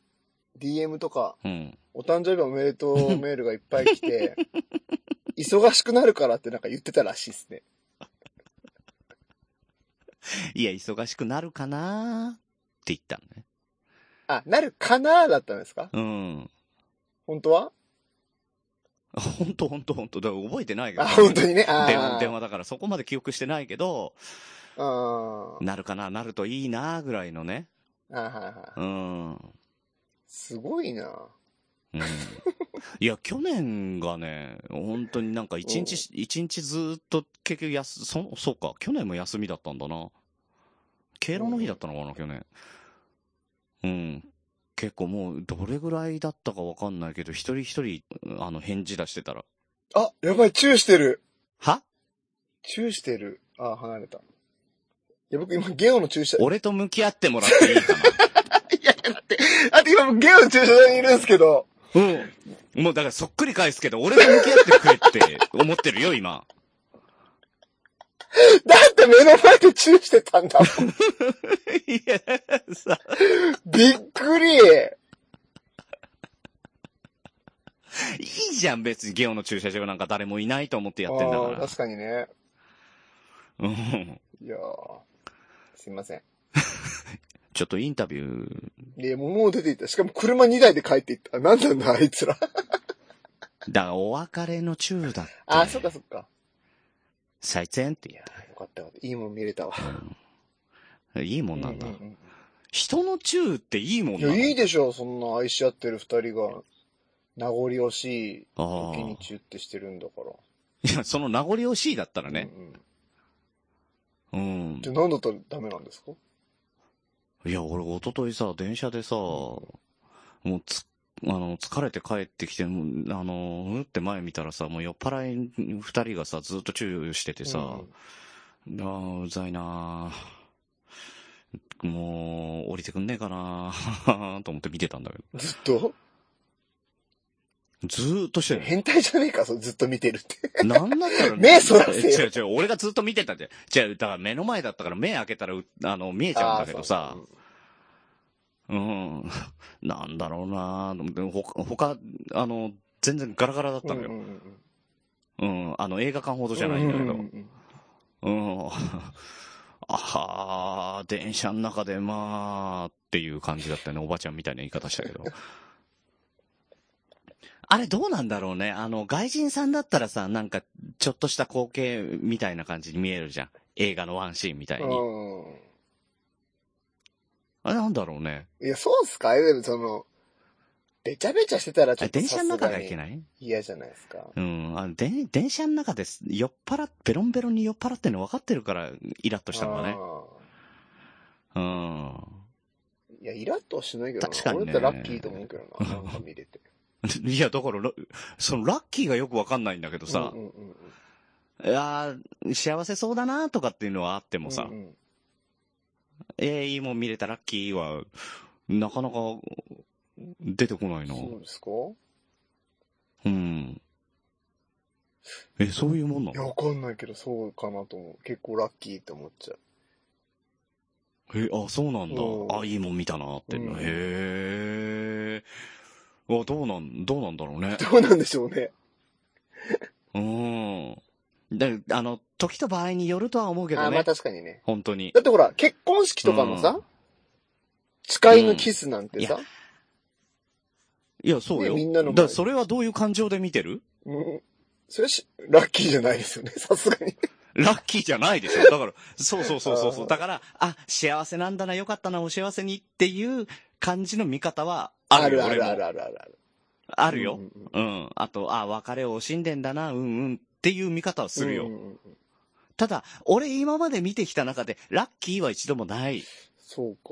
DM とか、うん。お誕生日おめでと うメールがいっぱい来て、忙しくなるからってなんか言ってたらしいですね。いや、忙しくなるかなーって言ったのね。あ、なるかなーだったんですかうん。 本当は本当本当本当だから覚えてないけどあ、。本当にね。あー電話、電話だからそこまで記憶してないけど、あーなるかな、なるといいな、ぐらいのね。あーはいはいはい。うん。うん。すごいな。いや、去年がね、本当になんか一日し、一日ずーっと結局休、そ、そうか、去年も休みだったんだな。敬老の日だったのかな、去年。うん。結構もう、どれぐらいだったかわかんないけど、一人一人、あの、返事出してたら。あ、やばい、チューしてる。はチューしてる。あ、離れた。いや、僕今ゲオの駐車、俺と向き合ってもらっていいかいや、だって、あと今僕ゲオの駐車場にいるんですけど、なうん。もうだからそっくり返すけど、俺と向き合ってくれって思ってるよ、今。だって目の前でチューしてたんだもん。 いや、さ、びっくり。いいじゃん、別にゲオの駐車場なんか誰もいないと思ってやってんだかああ、ら確。かにね。うん。いやーすいません。ちょっとインタビュー、いや、もうもう出ていった。しかも車2台で帰っていった。なんなんだ、あいつら。だからお別れの中だって。あ、そっかそっか。最前ってい言やーよかったよかった。いいもん見れたわ。う。いいもんなんだう。う人の中っていいもんいなや、のいいでしょ、そんな愛し合ってる二人が、名残惜しい、あ時にあ。チュってしてるんだから。いや、その名残惜しいだったらね。うんうん。うんじ。ゃ、なんだったらダメなんですかいや、俺、一昨日さ、電車でさ、もうつ、あの、疲れて帰ってきて、もうあの、うって前見たらさ、もう酔っ払い二人がさ、ずっとチューしててさ、うんああ、うざいなあもう、降りてくんねえかなあ と思って見てたんだけうんずっとど。ずーっとしてる。変態じゃねえか、そうずっと見てるって。 なんだったら目そらせよ違う違う、俺がずっと見てたじゃん。違う、だから目の前だったから目開けたらう、あの、見えちゃうんだけどあーさそう。うん。なん だろうなぁと思って、他、他、あの、全然ガラガラだったうんのうよ。んうんうんうんうん。あの、映画館ほどじゃないんだけど。ううんうん。 あはー、電車の中でまあ、っていう感じだったよね。おばちゃんみたいな言い方したけど。 あれどうなんだろうね。あの、外人さんだったらさ、なんか、ちょっとした光景みたいな感じに見えるじゃん。映画のワンシーンみたいに。うんうんあれなんだろうね。いや、そうっすかでもその、べちゃべちゃしてたらちあょれっと電車の中がいいけない嫌じゃないですか。うん。あので電車の中です。酔っ払っ、ベロンベロンに酔っ払ってるの分かってるから、イラッとしたのがね。あうん。 ー。いや、イラッとはしないけどな。確かにね俺だったらラッキーと思うけどな。なんか見れ て。いや、だから、ラそのラッキーがよくわかんないんだけどさう、んうんうんうんいやー幸せそうだなとかっていうのはあってもさ、うんうんええいいもん見れたラッキーは、なかなか出てこないな。そうですかういん。え、そういうもんなや、のわかんないけど、そうかなと思う。結構ラッキーって思っちゃう。 え、あ、そうなんうんだ。あ、いいもん見たなって。うんへえ。あ、どうなん、どうなんだろう ね。どうなんでしょうね。うん。で、あの、時と場合によるとは思うけどあー、まあね。確かにね。本当に。だってほら、結婚式とかのうさ、誓いのキスなんてさうん、いや、そうよ。ねみんなの前だからそれはどういう感情で見てるうん、それはし、ラッキーじゃないですよね、 さすがに。ラッキーじゃないでしょ。だから、そうそうそうそうそあう。ーだから、あ、幸せなんだな、よかったな、お幸せにっていう感じの見方はあるよ、あ俺るあも。るあるあるある。ああるよ。うん。あと、あ、別れを惜しんでんだな、うんうんっていう見方はするよ。ただ、俺今まで見てきた中で、ラッキーは一度もない。い そうか。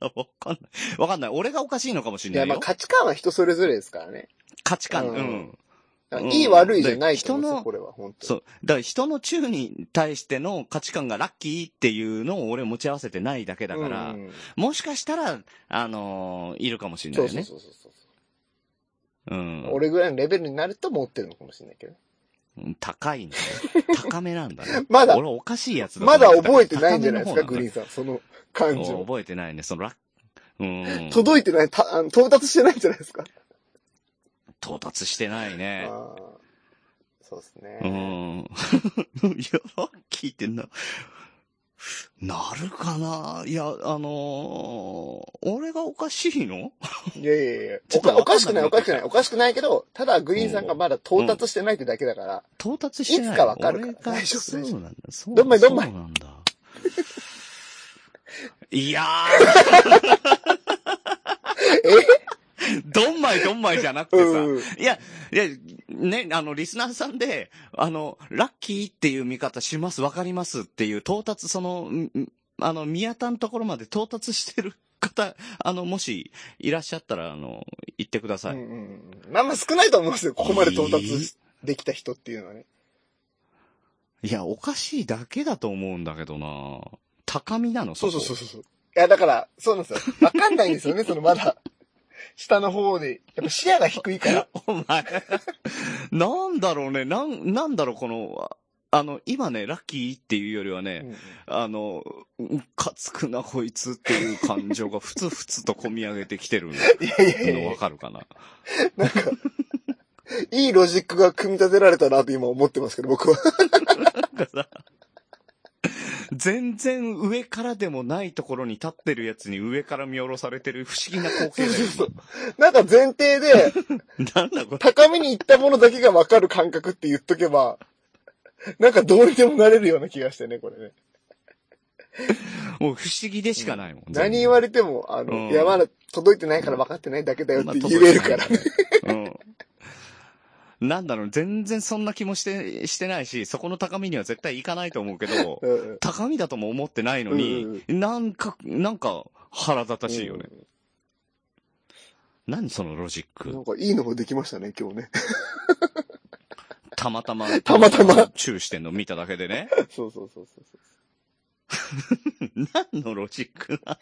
や、わかんない。わかんない。俺がおかしいのかもしいれなや、いまあよ。価値観は人それぞれですからね。価値観、うんうん。だからうんいい悪いじゃないと思うで人んですよ、のこれは、本当そう。だから人の宙に対しての価値観がラッキーっていうのを俺持ち合わせてないだけだに。から、うんうんもしかしたら、あのーいるかもしれなそいうよそうね。そうそうそうう。ん。俺ぐらいのレベルになると持ってるのかもしれないけど。うん高いん だね。高めなんだね。まだ俺おかしいやつまだ覚えてないんじゃないですか、高グめリのーンさん。その方感なんだ情。覚えてないね。そのラッ、うん。届いてない、たあの到達してないんじゃないですか。到達してないあね。ーそうですうん。 ね。いや、ラッキーってな、なるかないや、あのー俺がおかしいのいやいやいやちょおっとかわおかんなくかしくない、おかしくない、おかしくないけど、ただグリーンさんがまだ到達してないってだけだから、到達してない。いつかわかるから俺が大丈夫そうなんだ。そうどんまいどんまいそうなんだ。 いや どんまいどんまいじゃなくてさ、うん。いや、いや、ね、あの、リスナーさんで、あの、ラッキーっていう見方します、わかりますっていう、到達、その、んんあの、宮田のところまで到達してる方、あの、もし、いらっしゃったら、あの、言ってください。うんうんうんまあまあ少ないと思うんですよ。ここまで到達できた人っていうのはね。いや、おかしいだけだと思うんだけどな高みなのそうそうそうう。そう。いや、だから、そうなんですよ。わかんないんですよ ね、そのまだ。下の方で。やっぱ視野が低いから。お前、なんだろうね、なん、なんだろう、この、あの、今ね、ラッキーっていうよりはね、あの、ムカつくなこいつっていう感情がふつふつと込み上げてきてるいやいやいやいのやわかるかな。なんか、いいロジックが組み立てられたなと今思ってますけど、僕は。全然上からでもないところに立ってるやつに上から見下ろされてる不思議な光景だよそうなんか前提で、今なんだこれ。高めに行ったものだけがわかる感覚って言っとけば、なんかどうにでもなれるような気がしてね、これね。もう不思議でしかないもん。何言われても、あうの、んいや、まだ届いてないから分かってないだけだよって言えるから。ら。 うん。なんだろう、全然そんな気もして、してないし、そこの高みには絶対行かないと思うけ ど、うん高みだとも思ってないのに、なんか、なんか腹立たしいよね。何そのロジッうんなクん。かいいのもできましたね、今 日ね。たまたま、 たまたま。チューしてんの見ただけで ね。そうそうそうそうそう。何のロジック な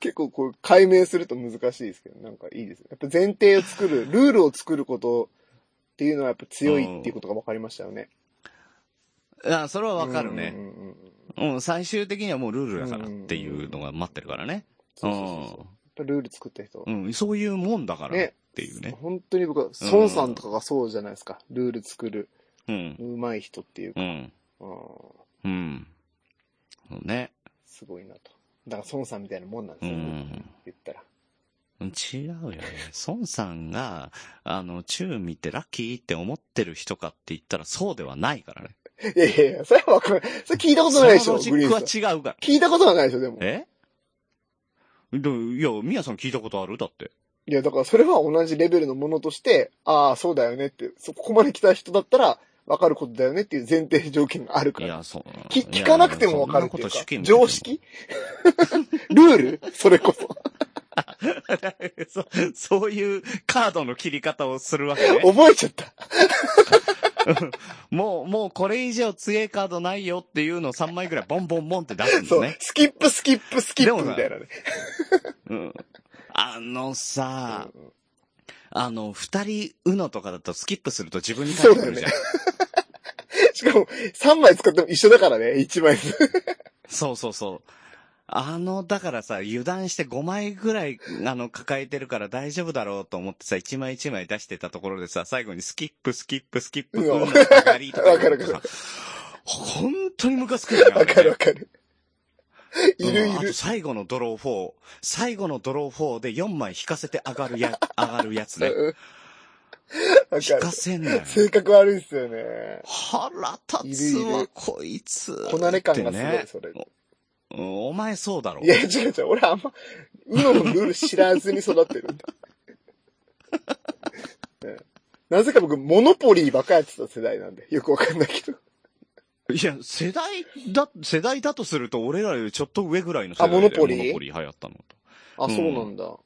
結構こう、解明すると難しいですけど、なんかいいですね。やっぱ前提を作る、ルールを作ることっていうのはやっぱ強いっていうことが分かりましたよね。のあそれはわかるねう。んうんうんうん。うん、最終的にはもうルールだからっていうのが待ってるからね。そううそうそうそう。やっぱルール作った人。ん。うん、そういうもんだからっねていうね。本当に僕は、孫さんとかがそうじゃないですか。ルール作る、うん。うまい人っていうか。うん。うんうん。そうね。すごいなと。だから孫さんみたいなもんなんでうすよね。ん。言ったら。違うよね。孫さんが、あの、チュー見てラッキーって思ってる人かって言ったらそうではないからね。いやいやいや、それはわかんない。それ聞いたことそないのでしょ、ロジグリーンさん。ックは違うから。聞いたことはないでしょ、でも。えどいや、みやさん聞いたことあるだって。いや、だからそれは同じレベルのものとして、ああ、そうだよねって、そこまで来た人だったら、わかることだよねっていう前提条件があるかいら。や、そう。き聞かなくてもわかるっていういやそんなこと主か権。常識 ルールそれこそ。 そそういうカードの切り方をするわけね。覚えちゃった。もう、もうこれ以上強いカードないよっていうのを3枚ぐらいボンボンボンって出すんそだうね。。スキップ、スキップ、スキップみたいなね。うん。あのさ、うんあの、二人うのとかだとスキップすると自分に返ってくるじゃん。しかも、3枚使っても一緒だからね、1枚ずつ。そうそうそう。あの、だからさ、油断して5枚ぐらい、あの、抱えてるから大丈夫だろうと思ってさ、1枚1枚出してたところでさ、最後にスキップ、スキップ、スキップ、うわうん上がりとかわかるわかさ本当にムカつくよね。あれわねかるわかる。いるうんあいとる。最後のドロー4。最後のドロー4で4枚引かせて上がるや、 上がるやつね。うんわか引るか。せんなよ。性格悪いっすよね。腹立ついるいわる、こいつ。こなれ感がすごってい、それ。うんお前そうだろい。や、違う違う。俺あんま、うののルール知らずに育ってるんだ。ねなぜか僕、モノポリーばっかやってた世代なんで、よくわかんないけど。いや、世代だ、世代だとすると、俺らよりちょっと上ぐらいの世代であモノポリーモノポリー流行ったのと。あ、うんそうなんだ。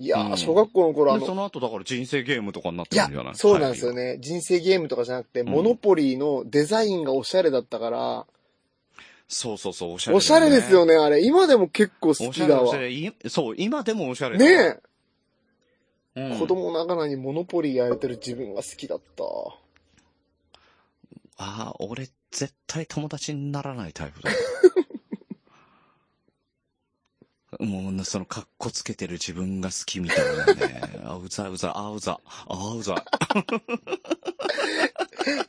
いやうんー、小学校の頃あでその、の後だから人生ゲームとかになっいてるやんじゃない、そうなんですよね。ね。人生ゲームとかじゃなくて、んモノポリーのデザインがおしゃれだったから、そうそうそう、おしゃれ、おしゃれですよ。ね、あれ。今でも結構好おしきゃれ、だおわしゃ。れ。いそう、今でもおしゃれ。ねえ、え、子供ながらにモノポリーやれてる自分が好きだった。ああ、俺、絶対友達にならないタイ プだ。もう、その、格好つけてる自分が好きみたいなね。あ、うざうざ、あ、うざ、あ、うざ。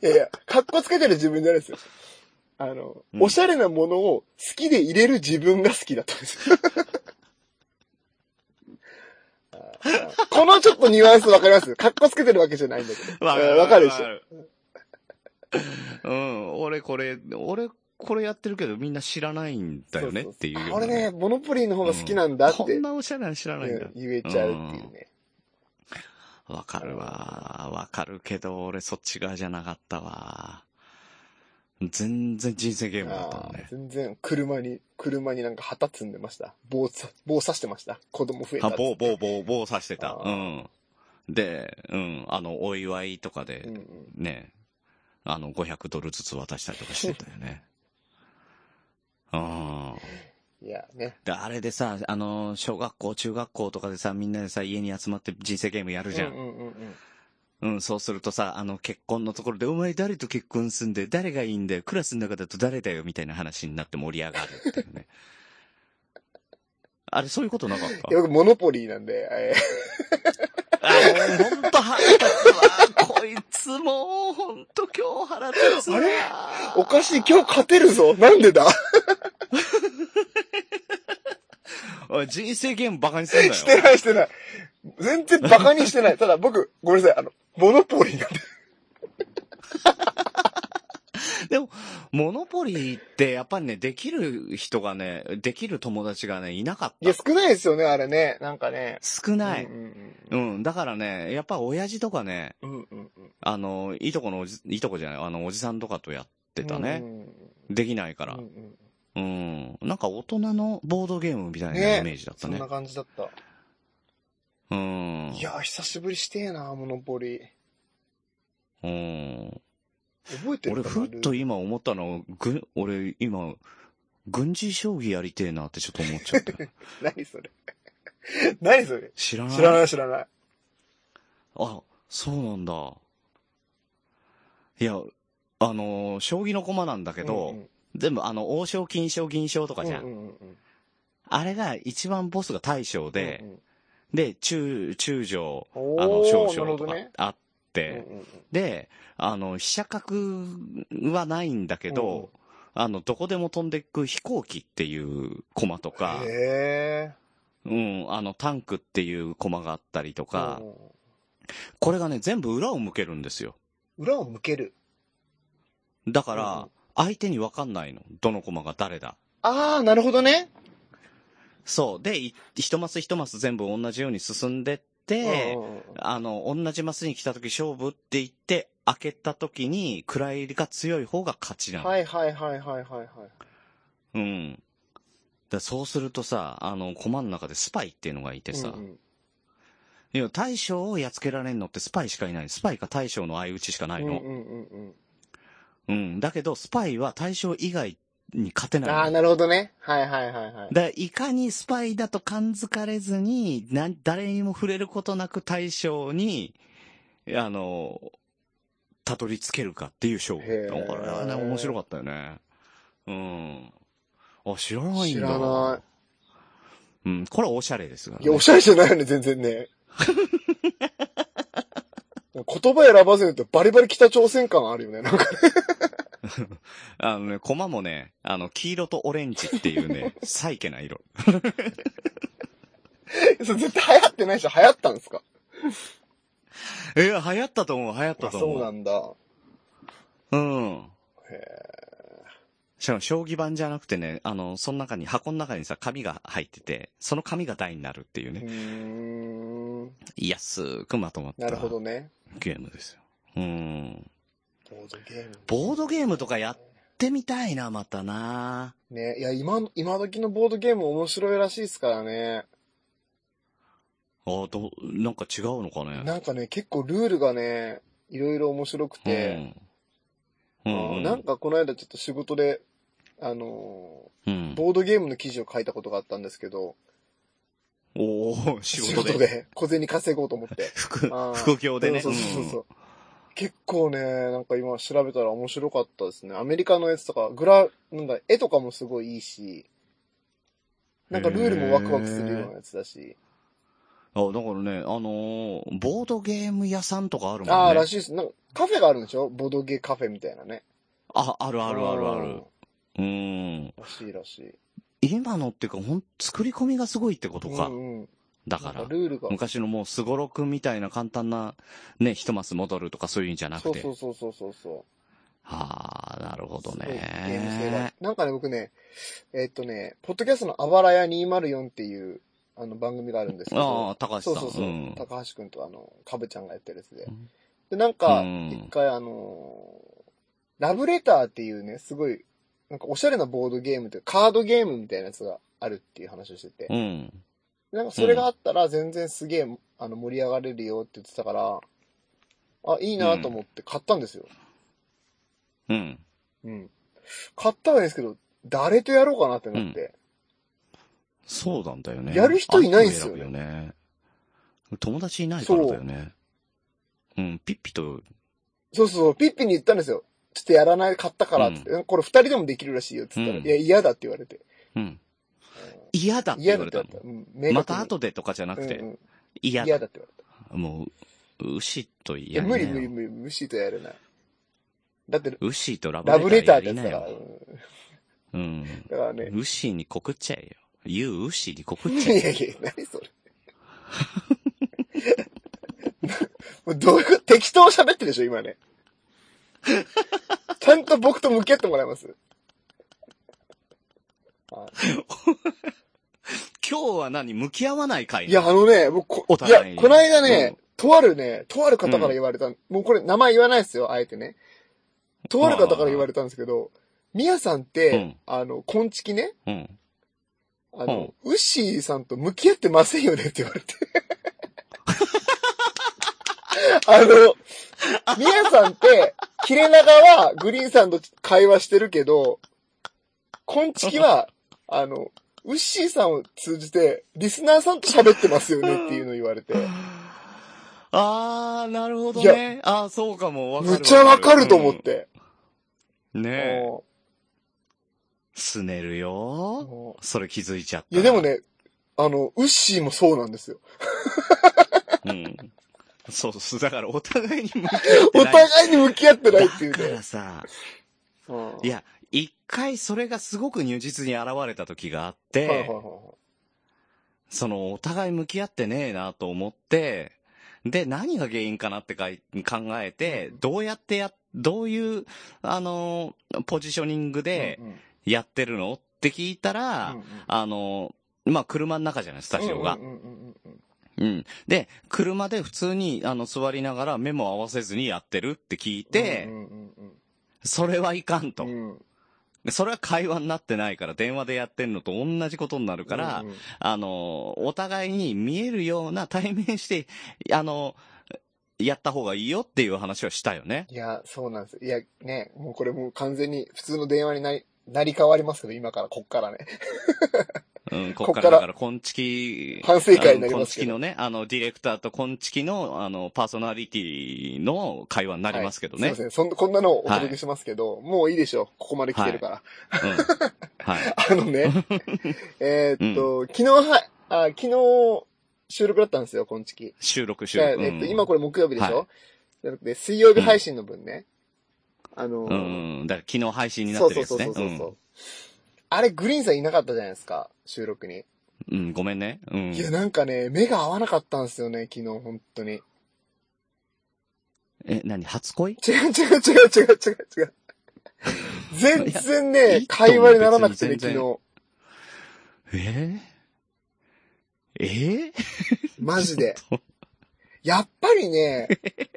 いやいや、格好つけてる自分じゃないですよ。あの、うんおしゃれなものを好きで入れる自分が好きだったんですよ。このちょっとニュアンスわかります格好つけてるわけじゃない んだけど。うんわかるでしょ。ょ。うん、俺これ、俺これやってるけどみんな知らないんだよねっていうよう俺なね、モノポリーの方が好きなんだって、こんなおしゃれなの知らないんうだん。言えちゃうっていうね。わかるわ。わかるけど、俺そっち側じゃなかったわ。全然人生ゲームだったあもんーね。全然、車に、車になんか旗積んでました。棒さ、棒刺してました。子供増えたあ、って。棒、棒、棒、棒刺してた。あうーん。で、うん、あの、お祝いとかうでん、うん。ね、あの、500ドルずつ渡したりとかしてたよ ね。うん。いや、ね。で、あれでさ、あの、小学校、中学校とかでさ、みんなでさ、家に集まって人生ゲームやるじゃうんん。うんうんうん。うん、そうするとさ、あの、結婚のところで、お前誰と結婚すんだよ誰がいいんだよクラスの中だと誰だよみたいな話になって盛り上がるっていうね。 あれ、そういうことなかっいや僕、モノポリーなんで、えたあれ、ほんと腹立つわ。こいつもう、ほんと今日腹立つわ。あれーおかしい、今日勝てるぞなんでだおい人生ゲームバカにすんなよ。してないしてない。全然バカにしてない。ただ僕、ごめんなさい、あの、モノポリーなんで。でも、モノポリーって、やっぱりね、できる人がね、できる友達がね、いなかっいたや、。少ないですよね、あれね。なんかね。少ない。うんうん、だからね、やっぱ親父とかね、うんうん。うんうんうん。あの、いとこのおじ、いとこじゃない、あの、おじさんとかとやってたうね。んうんできないかうん。らうん。うんうん。なんか大人のボードゲームみたいなねイメージだったそね。んな感じだった。うんい。やー、久しぶりしてえなー、モノポリー。うん。覚えてる俺、かなふっと今思ったのは、ぐ、俺、今、軍事将棋やりてえなってちょっと思っちゃ った。 何それ何それ知らない。知らない知らない。あ、そうなんだ。いや、あのー将棋の駒なんだけど、うんうん全部あの、王将、金将、銀将とかじゃん。うんうんうんあれが一番ボスが大将で、うんうんで、中、中将、おーあの、少なるほ々とどかねあっうて、んうんうんで、あの、飛車角はないんだけど、あの、どこでも飛んでいく飛行機っていう駒とか、へうん、あの、タンクっていう駒があったりとーかう、んうんこれがね、全部裏を向けるんですよ。裏を向ける。だかうんうらん、相手にわかんないの。どの駒が誰だ。あー、なるほどね。そう。で、い一マス一マス全部同じように進んでって、うんうんうんあの、同じマスに来た時勝負って言って、開けた時に、暗入りが強い方が勝ちなの。はいはいはいはいはいはい。うん。だそうするとさ、あの、駒の中でスパイっていうのがいてさ、うんうんいや、大将をやっつけられんのってスパイしかいない。スパイか大将の相打ちしかないの。うんうんうんうん、だけど、スパイは大将以外に勝てうん。ないの。あー、なるほどね。はいはいはいはだかい。らいかにスパイだと感づかれずに、な、誰にも触れることなく対象に、あの、たどり着けるかっていう勝負。へーこれはね、面白かったよね。うん。あ、知らないんだ。。知らないうん、これはオシャレですから、いや、ねお。しゃれじゃないよね、全然 ね。言葉選ばずに言うとバリバリ北朝鮮感あるよね。なんか、あのね、駒もね、あの、黄色とオレンジっていう ね、サイケな色。それ絶対流行ってないでしょ流行ったんですかいや、流行ったと思う、流行ったあと思う。そうなんだ。うん。へしかも、将棋盤じゃなくてね、あの、その中に、箱の中にさ、紙が入ってて、その紙が台になるっていうーうね、ーん。安くまとまったなるほどね。ゲームですよ。うん。ボードゲーム。ボードゲームとかやってみたいな、またなね、いや、今の、今時のボードゲーム面白いらしいですからね。あど、なんか違うのかね。なんかね、結構ルールがね、いろいろ面白くて、うん。あうん、うのん。なんかこの間ちょっと仕事で、あのうんー、ボードゲームの記事を書いたことがあったんですけど、おー仕仕事事で。で小銭稼ごうと思って。副あー、副業でね。そうそうそうそう。結構ね、なんか今調べたら面白かったですね。アメリカのやつとか、グラ、なんだ、絵とかもすごいいいし、なんかルールもワクワクするようなやつだし。うんあ、だからね、あのーボードゲーム屋さんとかあるもんね。ああ、らしいです。なんかカフェがあるんでしょボドゲカフェみたいなね。あ、あるあるあるある。うん。らしいらしい。今のっていうか、ほん、作り込みがすごいってことか。うんうん、だかなんら、ルールが。昔のもうすごろくみたいな簡単な、ね、一マス戻るとかそういうんじゃなそくて。うそうそうそうそうそはあ、なるほどすごいゲーム性がね。。なんかね、僕ね、えっとね、ポッドキャストのあばらや204っていう、あの番組があるんですけあど、あ、高そ橋さうん。そうそう、ん高橋くんとあの、かぶちゃんがやってるやつでうん。で、なんか、うん一回あのー、ラブレターっていうね、すごい、なんかおしゃれなボードゲームというか、カードゲームみたいなやつがあるっていう話をしてて、うん。なんかそれがあったら全然すげえ、あの、盛り上がれるよって言ってたから、あ、いいなと思って買ったんですよ。うん。うん。買ったんですけど、誰とやろうかなってなって。そうなんだよね。やる人いないんすよねあ選ぶね。友達いないからだよね。うん、ピッピと、そうそう、ピッピに言ったんですよ。ちょっとやらない、買ったからって言って、これ二人でもできるらしいよって言ったら、うんいや、嫌だって言われて。うん。嫌だって嫌言だわっれてた言のわれ。た。うん、明確にまた後でとかじゃなくうんて、うん嫌嫌だ。だって言われた。もう、牛とい嫌ねや、無理無理無理、無視とやれない。だって、牛とララブブレレタターーってやりなやつだから。よ。うんうん。だからね。牛に告っちゃえよ。言う牛に告っいちゃえよ。やいや、何それ。もうどういう、適当喋ってるでしょ、今ね。ちゃんと僕と向き合ってもらいます。今日は何向き合わないかいいや、あのね、僕こ、おい互いや、にこの間うね、んとあるね、とある方から言われた、もうこれ名前言わないですよ、あえてね。とある方から言われたんですけど、ミヤさんって、うんあの、昆虫ね、うん。あの、ウッシーさんと向き合ってませんよねって言われ て。あの、 ミヤさんって、切れ長はグリーンさんと会話してるけど、コンチキは、あの、ウッシーさんを通じて、リスナーさんと喋ってますよねっていうのを言われて、あー、なるほどね。あー、そうかも。わかるむちゃわかると思っ。わて。うんねえ。もすねるうよ。もそれ気づいちゃった。ういやでも。ね、あの、ウッシーもそうなんですよ。うん。そうそう。だから、お互いに向き合おってない。互いに向き合ってないっていうだかねら。さ、うんいや、一回それがすごく如実に現れた時があっはて、いはいはいはい。その、お互い向き合ってねえなと思って、で、何が原因かなってかい考えて、どうやってや、どういう、あのー、ポジショニングでうんうんやってるのって聞いたら、うんうんあのー、まあ、車の中じゃない、スタジオがうん。うんうんうんうん。で、車で普通に、あの、座りながら目も合わせずにやってるって聞いて、うんうんうんそれはいかんうと、んうん、でそれは会話になってないから、電話でやってんのと同じことになるから、うんうんあの、お互いに見えるような対面して、あの、やった方がいいよっていう話はしたよね。いや、そうなんですよ。いや、ね、もうこれもう完全に普通の電話になり、なり変わりますけど、今から、こっからね。うん、ここっっかかららだから、こんちき、反省会になりますけあのこんちきど。のね、あの、ディレクターとこんちきの、あの、パーソナリティの会話になりますけどね。はいすいません。そんこんなのをお届けしますけど、もういいでしょう。ここまで来てるから。うん。はい。あのね、えーっと、昨日は、あ、昨日、収録だったんですよ、今月。収録、収だから録。えうっんと、今これ木曜日でしょ、はじゃなくて、水曜日配信の分ね。あの、うん。だから昨日配信になそっうてるそうやそつうね。そうそう。あれ、グリーンさんいなかったじゃないですか、収録に。うん。うん、ごめんね。うんい。や、なんかね、目が合わなかったんですよね、昨日、本当に。え、何初恋違う違う違う違う違う違う。全然ね、いや会話にならなくてね、別昨に全然日。えー、えー、マジでちょっと。やっぱりね、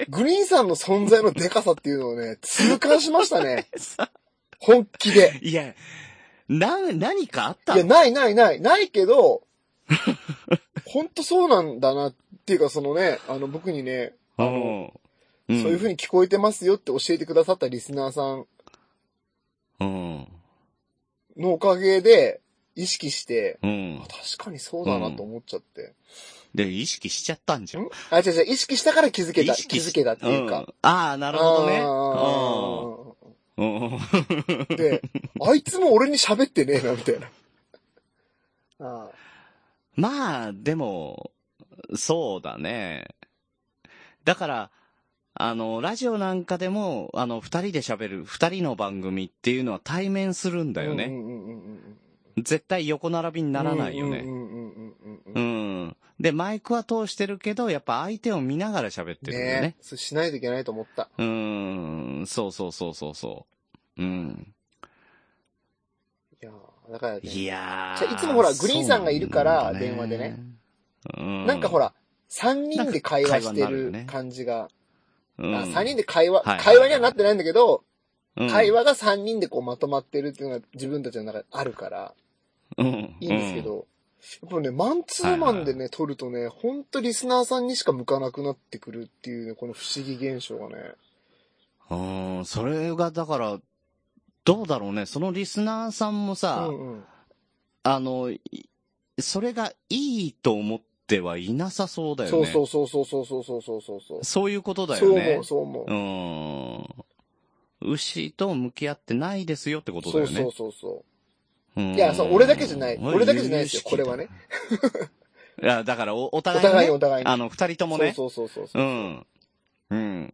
グリーンさんの存在のデカさっていうのをね、痛感しまし たね。本気で。いや、な、何かあったいのや、ないないない、ないけど、ほんとそうなんだな、っていうかそのね、あの僕にね、あの、うん、そういう風に聞こえてますよって教えてくださったリスナーさんうん。のおかげで、意識して、うんあ。確かにそうだなと思っちゃって。で、意識しちゃったんじゃん。んあ、違う違う、意識したから気づけ意た、識気しづけたっていうか。んああ、なるほどね。うんうん。 ね。で、あいつも俺に喋ってねえな、みたいな。あまあ、でも、そうだね。だから、あの、ラジオなんかでも、あの、二人で喋る、二人の番組っていうのは対面するんだだようんね。うんうんうん絶対横並びにならないようね。んうんうんうんうんううん。ん。で、マイクは通してるけど、やっぱ相手を見ながら喋ってるんだよねねえ。そうしないといけないと思った。うーん、そうそうそうそうそう。うん。いやーだからね、いやじゃあいつもほらグリーンさんがいるからそうなんだ電話でね。うん。なんかほら、3人で会話なんか会話してになるよるね感じが、うあん、 3人で会話、はい会話にはなってないんだけど、うん会話が3人でこうまとまってるっていうのが自分たちの中であるから、うんいいんですけど、やっぱね、マンツーマンでね、撮るとね、ほんとリスナーさんにしか向かなくなってくるっていうね、この不思議現象がね。うん。うん、それがだから、どうだろうね。そのリスナーさんもうさ、んうん。あの、いそれがいいと思ってはいなさそうだよそね。うそうそうそうそうそうそうそうそうそう。そういうことだそうよ思ねう、。そう思う。うん。牛と向き合ってないですよってことだそようね。そうそうそうんいやそう俺だけじゃない俺だけじゃないですよこれはね。いや、だからお、 おう。お互い,、ね、互いにお互いに。あの、二人ともね。そうそうそううそう。ん。うん。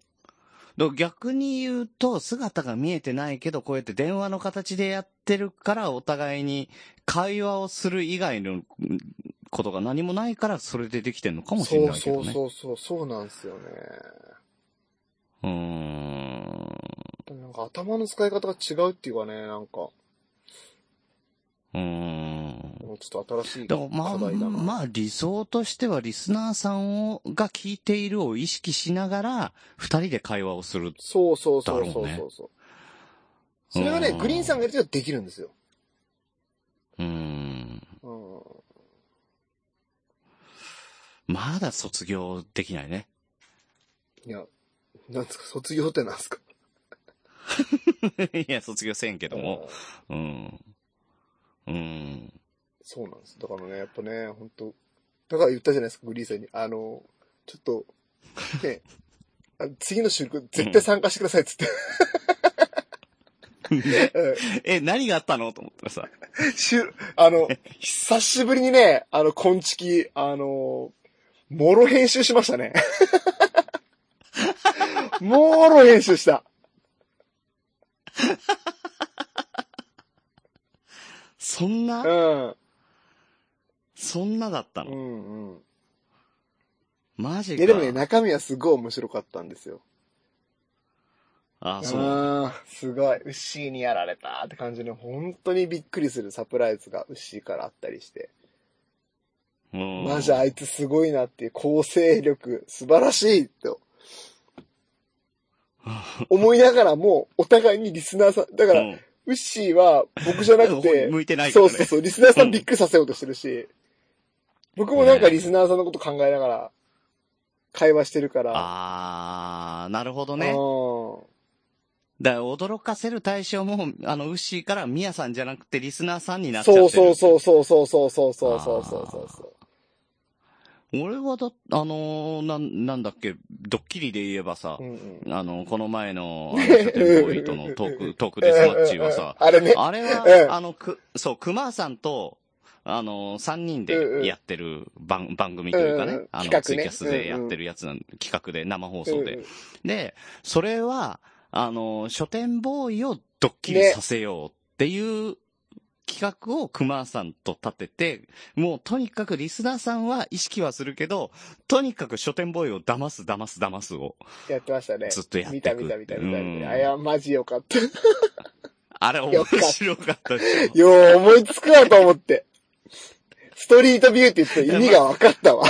だから逆に言うと、姿が見えてないけど、こうやって電話の形でやってるから、お互いに会話をする以外のうんことが何もないから、それでできてるのかもしれそうないけそどうね。そうそう、そうなんですよね。うーん。でもなんか頭の使い方が違うっていうかね、なんか、もうーん。うちょっと新しでい課も題まあ、だな。まあ理想としてはリスナーさんを、が聞いているを意識しながら、二人で会話をする。そうそうそうそうだそろうそう。それがね、うんグリーンさんがやるとできるんですよ。うーん。うん。まだ卒業できないね。 いや、なんですか、卒業ってなんですかいや、卒業せんけども。うんうん。うん。そうなんです。だからね、やっぱね、本当だから言ったじゃないですか、グリーンさんに。あの、ちょっと、ね、あ次の収録絶対参加してくださいっつ って。 うんえ、何があったのと思ったらさ。しゅ、あの、久しぶりにね、あの、昆虫、あの、もろ編集しまし たね。もろ編集した。そんうな、ん。そんなだったうのんうん。マジいか。やでもね、中身はすごい面白かったんですよ。あ、あそう。あーすごい。ウッシーにやられたって感じで、本当にびっくりするサプライズがウッシーからあったりして。うんマジあいつすごいなっていう構成力、素晴らし いと思いながらも、お互いにリスナーさん、だから、うんウッシーは僕じゃなくて、向いて ないかそらうね。そうそう、リスナーさんびっくりさせようとしてるし、僕もなんかリスナーさんのこと考えながら会話してるから、あー、なるほどあね。ーだから驚かせる対象も、あの、ウッシーからミヤさんじゃなくてリスナーさんになっちゃってそる。うそうそうそうそうそうそうそうそうそうそうそう。俺はだ、あのーなん、なんだっけ、ドッキリで言えばさう、んうんあの、この前の、あの書店ボーイとのトー ク、トークデスマッチはさ、うんうんうんあれね。あれええは、あの、く、そう、熊さんと、あの、三人でやってる番、番組というかうんうねん、あの、ツイ企画キャねスでやってるやつなん、企画で、生放送うんうでん。で、それは、あの、書店ボーイをドッキリさせようっていう企画を熊さんと立てて、もうとにかくリスナーさんは意識はするけど、とにかく書店ボーイを騙す騙す騙すを。やってましたね。ずっとやってく見た見た見た見た見うんた。あ、いや、マジよかった。あれ面白かったでしょ。よう思いつくなと思って。ストリートビューって言って意味が分かったわ。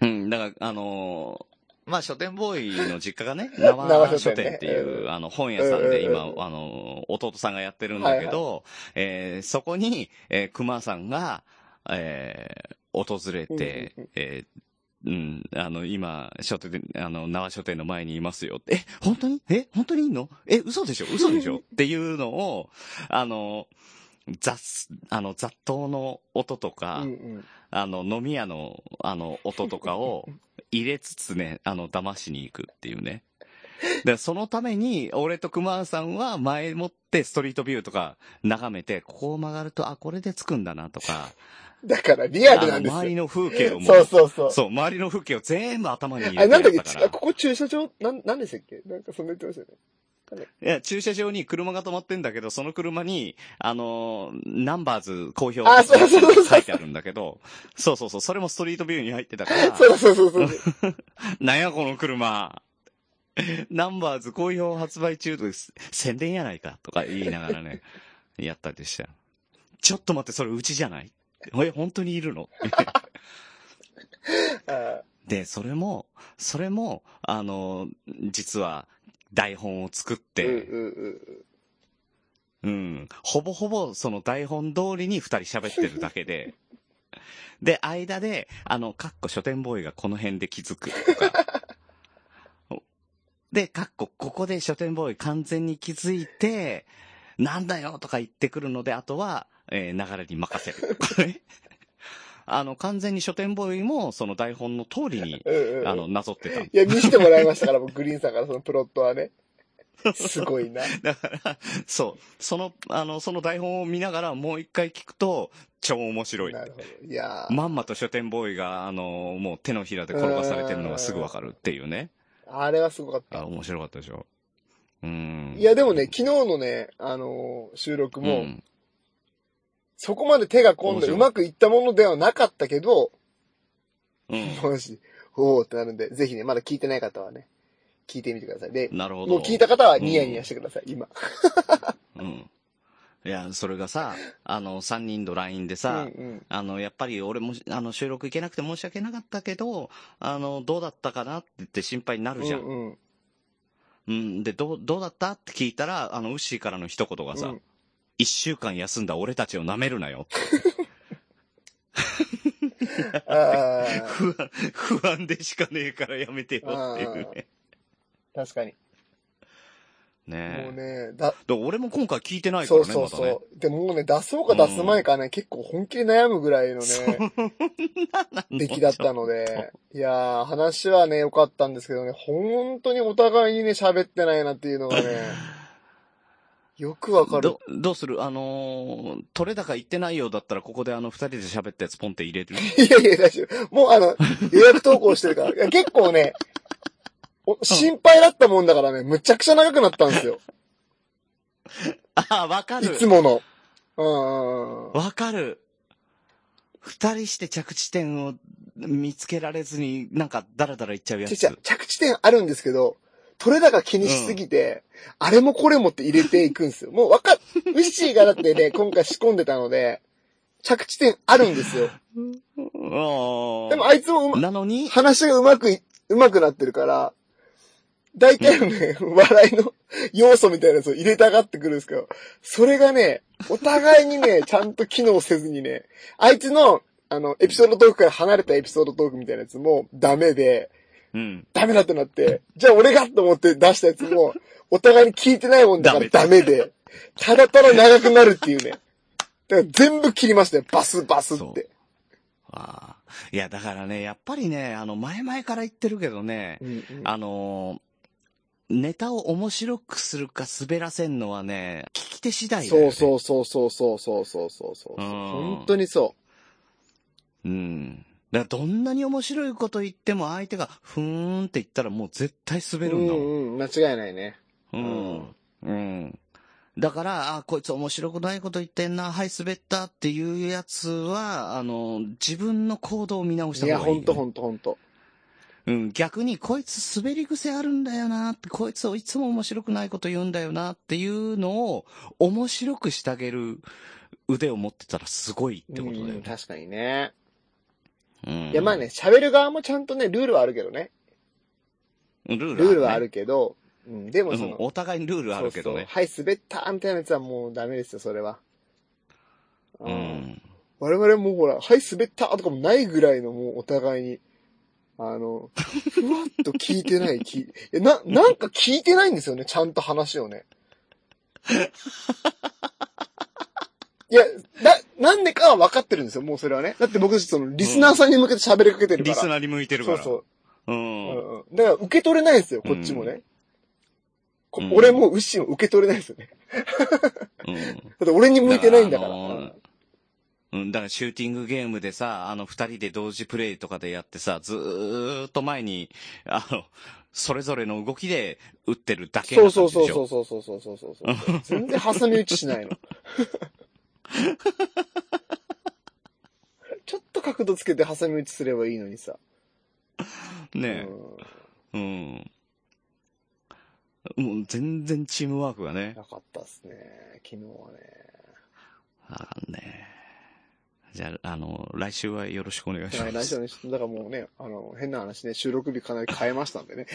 うん、だから、あのーまあ、書店ボーイの実家が ね、縄縄書書店ね店ってういう、んあの、本屋さんでうんうん今、うんあのー弟さんがやってるんだけど、えーそこに、えー熊さんが、えー訪れて、うんうんうえーうん、あの、今、書店で、あの、縄書店の前にいますよって、え、本当にえ、本当にいいのえ、嘘でしょ嘘 でしょっていうのを、あの、雑、あの、雑踏の音とか、うんうんあの、飲み屋の、あの、音とかを入れつつね、あの、騙しに行くっていうね。で、そのために、俺と熊さんは前もってストリートビューとか眺めて、ここを曲がると、あ、これで着くんだなとか、だからリアあルなんでの、周すりよ。の風景をもそうそうそう。そう、周りの風景を全部頭に入あれ、れなんてだっけやったちかあらこ。こ駐車場なん、なんでしたっけなんかそんな言ってましたよね。いや、駐車場に車が止まってんだけど、その車に、あのー、ナンバーズ公表あそうそうそうそう書いてあるんだけど、そうそうそう、それもストリートビューに入ってたから、そうそうそうそう。なんやこの車。ナンバーズ好評発売中です。宣伝やないかとか言いながら ね、やったりした。ちょっと待って、それうちじゃないえ、本当にいるの あで、それも、それも、あの、実は台本を作っーうんて、うんうんうん、ほぼほぼその台本通りに二人喋ってるだけで、で、間で、あの、かっこ書店ボーイがこの辺で気づくとか、で、かっこここで書店ボーイ完全に気づいて、なんだよとか言ってくるので、あとは、えー流れに任せると かね。あの、完全に書店ボーイもその台本の通りに、うんうんうん。あの、なぞってた。いや、見せてもらいましたから、僕、 グリーンさんからそのプロットはね。す ごいな。だから、そう。その、あの、その台本を見ながらもう一回聞くと、超面白い。なるほど。いやーまんまと書店ボーイが、あの、もう手のひらで転がされてるのがすぐわかるっていうね。あれはすごかったあ、。面白かったでしょ。うん。いや、でもね、昨日のね、あのー収録うも、ん、そこまで手が込ん面で白いうまくいったものではなかったけど、うん。もし、おーってなるんで、ぜひね、まだ聞いてない方はね、聞いてみてください。で、なるほど。もう聞いた方はニヤニヤしてください、今。うん。いや、それがさ、あの、3人の LINE でうさ、んあの、やっぱり俺も、あの、収録行けなくて申し訳なかったけど、あの、どうだったかなって言って心配になうん。るじゃん。うんうんうん、で、どう、どうだったって聞いたら、あの、ウッシーからの一言がうさん、一、週間休んだ俺たちを舐めるなよ って。あー不安、不安でしかねえからやめてよっていうね。確かに。もうねえ。ね、だ、で俺も今回聞いてないかそらうね、そうまだねそ。う。でももうね、出そうか出す前かね、結構本気で悩むぐらいのね、 出来だったので、いやー、話はね、良かったんですけどね、本当にお互いにね、喋ってないなっていうのがね、 よくわかる。ど、どうするあのー、取れ高行ってないようだったら、ここであの、二人で喋ったやつポンって入 れる。いやいや、大丈夫。もうあの、予約投稿して るから。いや結構ね、お心配だったもんだからね、むちゃくちゃ長くなったんですよ。ああ、わかいるつもの。うんうんうん。わかる。二人して着地点を見つけられずに、なんか、だらだら行っちゃうやちつ。っちゃ、着地点あるんですけど、取れ高気にしすぎて、あれもこれもって入れていくんですよ。もうわかっ、ウッシーがだってね、今回仕込んでたので、着地点あるんですよ。うんでもあいつもうま、なのに、話がうまくい、うまくなってるから、大体のね、笑いの 要素みたいなやつを入れたがってくるんですけど、それがね、お互いにね、ちゃんと機能せずにね、あいつの、あの、エピソードトークから離れたエピソードトークみたいなやつもダメで、うん。ダメだってなって、じゃあ俺がと思って出したやつも、お互いに聞いてないもんだからダダメで、ただただ長くなるっていうね。だから全部切りましたよ、バスバスっそうて。ああ。いや、だからね、やっぱりね、あの、前々から言ってるけどね、うんうんあのーネタを面白くするか滑らせんのはね、聞き手次第だよ、そね。うそうそうそうそうそうそうそうそうう。ん。本当にそううん。だからどんなに面白いこと言っても相手が、ふーんって言ったらもう絶対う。滑うるんだもん。んうん、間違いないね。うんん。うん。だから、あ、こいつ面白くないこと言ってんな、はい、滑ったっていうやつは、あの、自分の行動を見直しいた方がや、いい、ほんとほんとほんと。うん、逆に、こいつ滑り癖あるんだよなって、こいつをいつも面白くないこと言うんだよなっていうのを、面白くしてあげる腕を持ってたらすごいってことだようんね。確かにね。うんいや、まあ。ね、喋る側もちゃんとね、ルールはあるけどね。ルール,、ルールはあるけど、うん、でもそうんの、お互いにルールあるけどそうね。そうはい、滑ったみたいなやつはもうダメですよ、それは。う。うんん。我々もほら、はい、滑ったとかもないぐらいのもうお互いに、あの、ふわっと聞いてない、聞いえな、なんか聞いてないんですよね、ちゃんと話をね。いや、な、なんでかは分かってるんですよ、もうそれはね。だって僕、その、リスナーさんに向けて喋りかけてるから。リスナーに向いてるから。そううそう。ん。うんうん。だから、受け取れないんですよ、こっちもね。うんこうん俺も、ウッシーも受け取れないですよね。うんだって俺に向いてないんだから。だからあのーうん、だからシューティングゲームでさ、あの二人で同時プレイとかでやってさ、ずーっと前に、あの、それぞれの動きで打ってるだけな感そうじでしそょうそうそうそうそうそうそうそうそう。全然挟み撃ちしな いの。ちょっと角度つけて挟み撃ちすればいいのにさ。ねうえ。うん。もう全然チームワークがね。なかったですね。昨日はね。あかんね。じゃあ、あの、来週はよろしくお願いしはまい、来す。週ね、だからもうね、あの、変な話ね、収録日かなり変えましたんでね。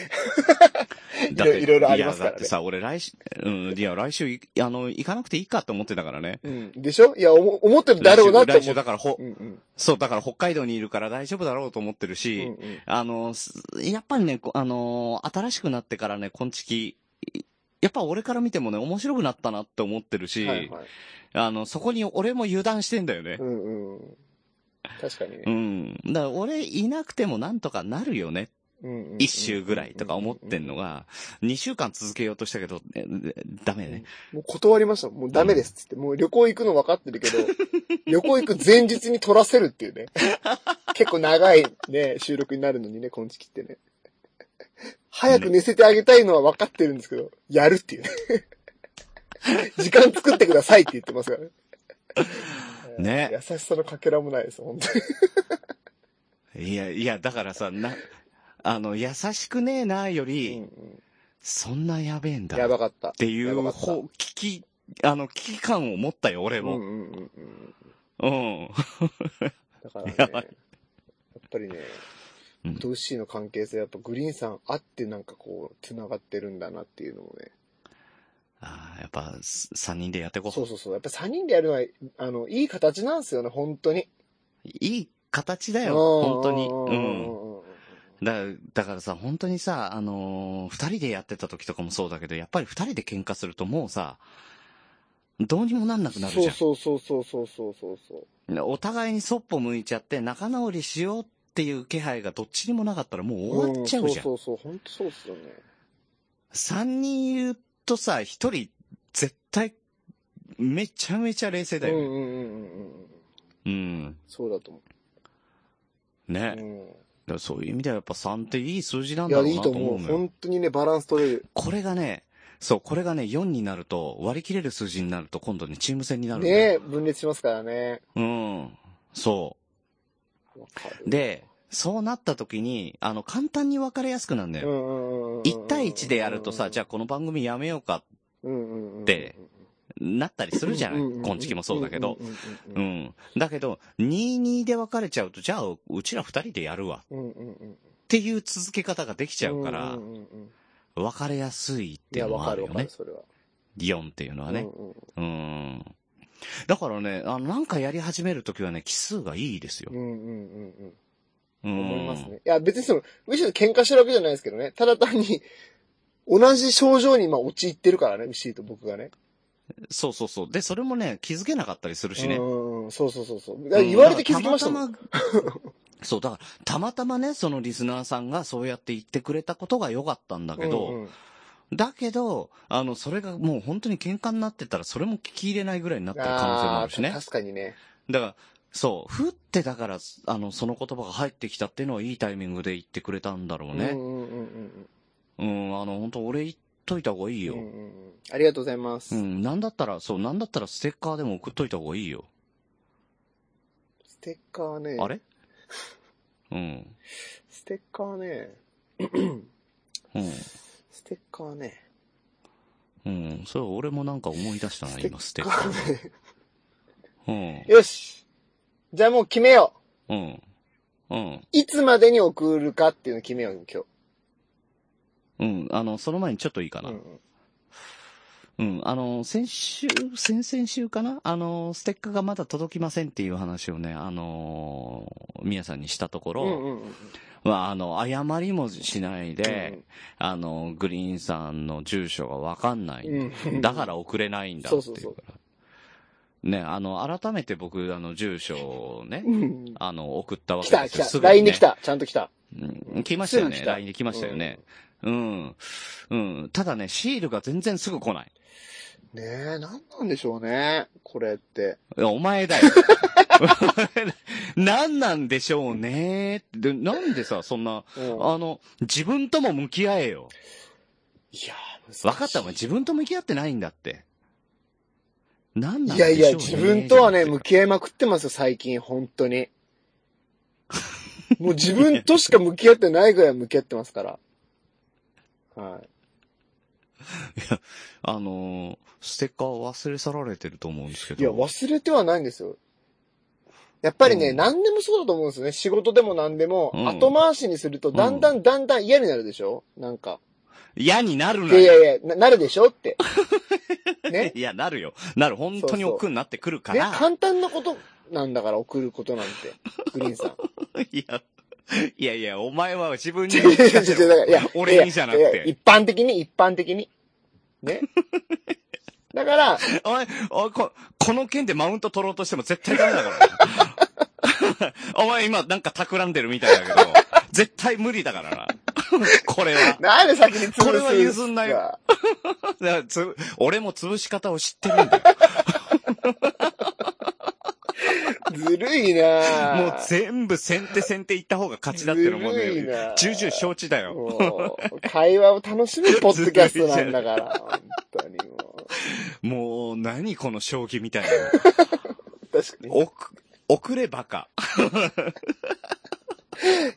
だっていろいろありますからいやねだってさ、俺来週、うん、いや、来週い、あの、行かなくていいかと思ってたからね。うん。でしょいや、おも思ってるだろうなって来思週、っだて。から、ほう、んうん。そう、だから北海道にいるから大丈夫だろうと思ってるうんし、うん。あの、すやっぱりね、こあの、新しくなってからね、こんちき、やっぱ俺から見てもね、面白くなったなって思ってるし、はいはい。あの、そこに俺も油断してんだよねう。んうん。確かにうね。ん。だから俺いなくてもなんとかなるよね。うんうん一週ぐらいとか思ってんの。が、二週間続けようとしたけど、えダメね。もう断りました。もうダメですっつって。もう旅行行くの分かってるけど、 旅行行く前日に撮らせるっていう ね。結構長いね、収録になるのにね、今時期ってね。早く寝せてあげたいのは分かってるんですけど、やる っていうね。時間作ってくださいって言ってますからね。ね優しさのかけらもないです、本当に。いや、いや、だからさ、な、あの、優しくねえなより、うんそんなやべえんうだ。んやばかった。っていやばう、かったほう、危機、あの、危機感を持ったよ、俺うんうも。んうんうん。うん。 だからね、ややばいっぱりねうん、ドッシーの関係性、やっぱグリーンさんあってなんかこう、繋がってるんだなっていうのもね。ああ、やっぱ、す三人でやってこ。そううそうそう。やっぱ3人でやるのは、あの、いい形なんですよね、本当に。いい形だうんよ、本当に。うんうん。うんうんだだからさ、本当にさ、あのー二人でやってた時とかもそうだけど、やっぱり二人で喧嘩するともうさ、どうにもなんなくなるそじうゃん。そうそうそうそうそうそうそう。お互いにそっぽ向いちゃって、仲直りしようっていう気配がどっちにもなかったらもう終わっちゃうじゃん。そうそうそう、本当そうっすよね。三人いるとさ、一人、絶対、めちゃめちゃ冷静だうんようね。んうんうんうん。うん。そうだと思ね。う。うんだからそういう意味ではやっぱ3っていい数字なんいだや、ろういいなとと思思うう。のよ。本当にね、バランス取れる。これがね、そう、これがね、4になると、割り切れる数字になると、今度ね、チーム戦になるんだよ。ね分裂しますからね。うん。そわかるう。で、そうなった時に、あの、簡単に分かりやすくなるんだうよ。んうんうんうん1対1でやるとさ、じゃああ、この番組やめようか、うんうんうんうんで、なったりするじゃない。今月もそうだけど。。うんううんん。だけど、2-2で分かれちゃうと、じゃあ、うちら2人でやるわ。っうんうんうん。ていう続け方ができちゃうかうらん、うんうんうん分かれやすいっいていや、うのわはあかるるよわかねる、。それは。 4っていうのはね。うんうんうん。だからね、あの、なんかやり始めるときはね、奇数がいいですよう。んうんうんうん。うん思いますね。いや、別にその、むしろ喧嘩してるわけじゃないですけどね。ただ単に、同じ症状に今陥ってるからね、牛と僕がね。そうそうそう。で、それもね、気づけなかったりするしねう。んうん、そうそうそうそう。いや言われて気づきましたもん。うんだからたまたま そう、だから、たまたまね、そのリスナーさんがそうやって言ってくれたことが良かったんだけど、うんうんだけど、あの、それがもう本当に喧嘩になってたら、それも聞き入れないぐらいになってる可能性もあるしあーね。確かにね。だから、そう、ふってだから、あの、その言葉が入ってきたっていうのはいいタイミングで言ってくれたんだろうね。うんうんうんうんうん、あの、本当俺言っといた方がいいよ。うんううん、んうん。ありがとうございます。なんだったら、そう、なんだったらステッカーでも送っといた方がいいよ。ステッカーね。あれうん。ステッカーね。うん。ステッカーね。うん。それ俺もなんか思い出したな、今、ステッカー。ーね。うん。よし。じゃあもう決めよう。うん。うん。いつまでに送るかっていうの決めよう、今日。うん。あの、その前にちょっといいかな。ううん。うんんあの、先週、先々週かなあの、ステッカーがまだ届きませんっていう話をね、あのー、宮さんにしたところ、うんうんうん。まあ、あの、謝りもしないで、うんあの、グリーンさんの住所がわかんないんだ。う んだから送れないんだっていうから。そうそうね、あの、改めて僕、あの、住所をね、うんあの、送ったわ来けた、です来よ。た。すぐに LINE ねで来。た。ちゃんと来た。うん来ましたよすね。ぐ来た LINE で来ましたよね。うん。うん。ただね、シールが全然すぐ来ない。ねえ、なんなんでしょうね。これって。いやお前だよ。何なんでしょうね。で、なんでさ、そんな、うん、いやあの、自分とも向き合えよ。ー、分かった、お前自分と向き合ってないんだって。なんなんいやいや、でし自ょうね分とはね、じゃな向くてき合いまくってますよ、最近、本 当に。もう自分としか向き合ってないぐらい向き合ってますから。はい。や、あのーステッカーを忘れ去られてると思うんですけど。いや、忘れてはないんですよ。やっぱりね、うん何でもそうだと思うんですよね。仕事でも何でも、うん後回しにすると、だんだんだんだん嫌になるでしょなんか。嫌になるいなやいよ。やいや、ななるでしょって。ねいや、なるよ。なる。本当に億劫になってく るかねら。簡単なことなんだから送ることなんて、グリー ンさん。いや、いやいや、お前は自分に違う言い聞違かうせ違うろ。だからいや俺にじゃなくていやいや一般的に、一般的に。 ね。だから、おい、おい、こ、この件でマウント取ろうとしても絶対ダメだから。お 前今なんか企んでるみたいだけど、絶対無理だからな。 これは。なんで先に潰すこれは譲んないよ。だからつ俺も潰し方を知ってるんだよ。ずるいなもう 全部先手先手行った方が勝ちだっていうのもずるいなね、重々承知だよ。もう会話を楽しむポッドキャストなんだから、 本当にももう、何この将棋み たいな。う。確かに。いおく、遅れバカ。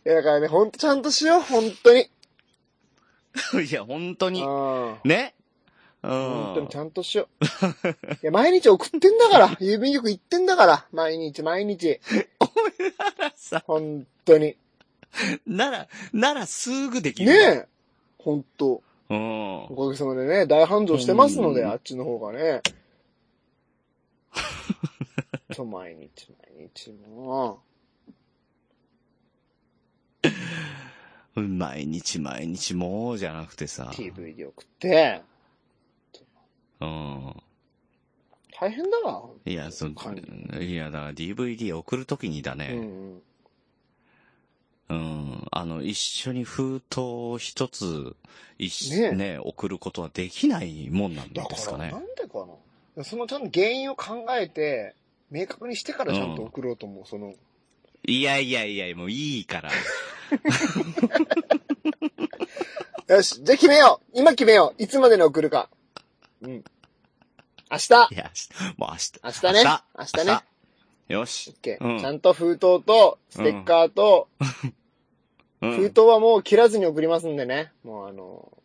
や、だからね、ほんとちゃんとしよう、本当に。いや、本当うん。に。本ねうん。当にちゃんとしよう。い や、毎日送ってんだから、郵便局行ってんだから、毎日毎日。さ、本当に。なら、ならすぐできねる。え。本当うん。おかげさまでね、大繁盛してますので、うんあっちの方が ね。と、毎日毎日も毎日毎日もうじゃなくてう、さ。 TV で送って、うん。大変だわ。いや、そ管理の、いや、だから DVD 送るときにだうんうね、ん。うん、あの、一緒に封筒を一つ、一ね緒ね送ることはできないもんなんだでか、すからねな。んでかな。そのちゃんと原因を考えて、明確にしてからちゃんと送ろうと思う、その。いやいやいや、もういいから。よし、じゃあ決めよう今決めよういつまでに送るか。うん。明日いや、しもう明日。明日ね明明日ね。日よし。 OK、うんちゃんと封筒と、ステッカーと、うん封筒はもう切らずに送りますんでね。もうあの、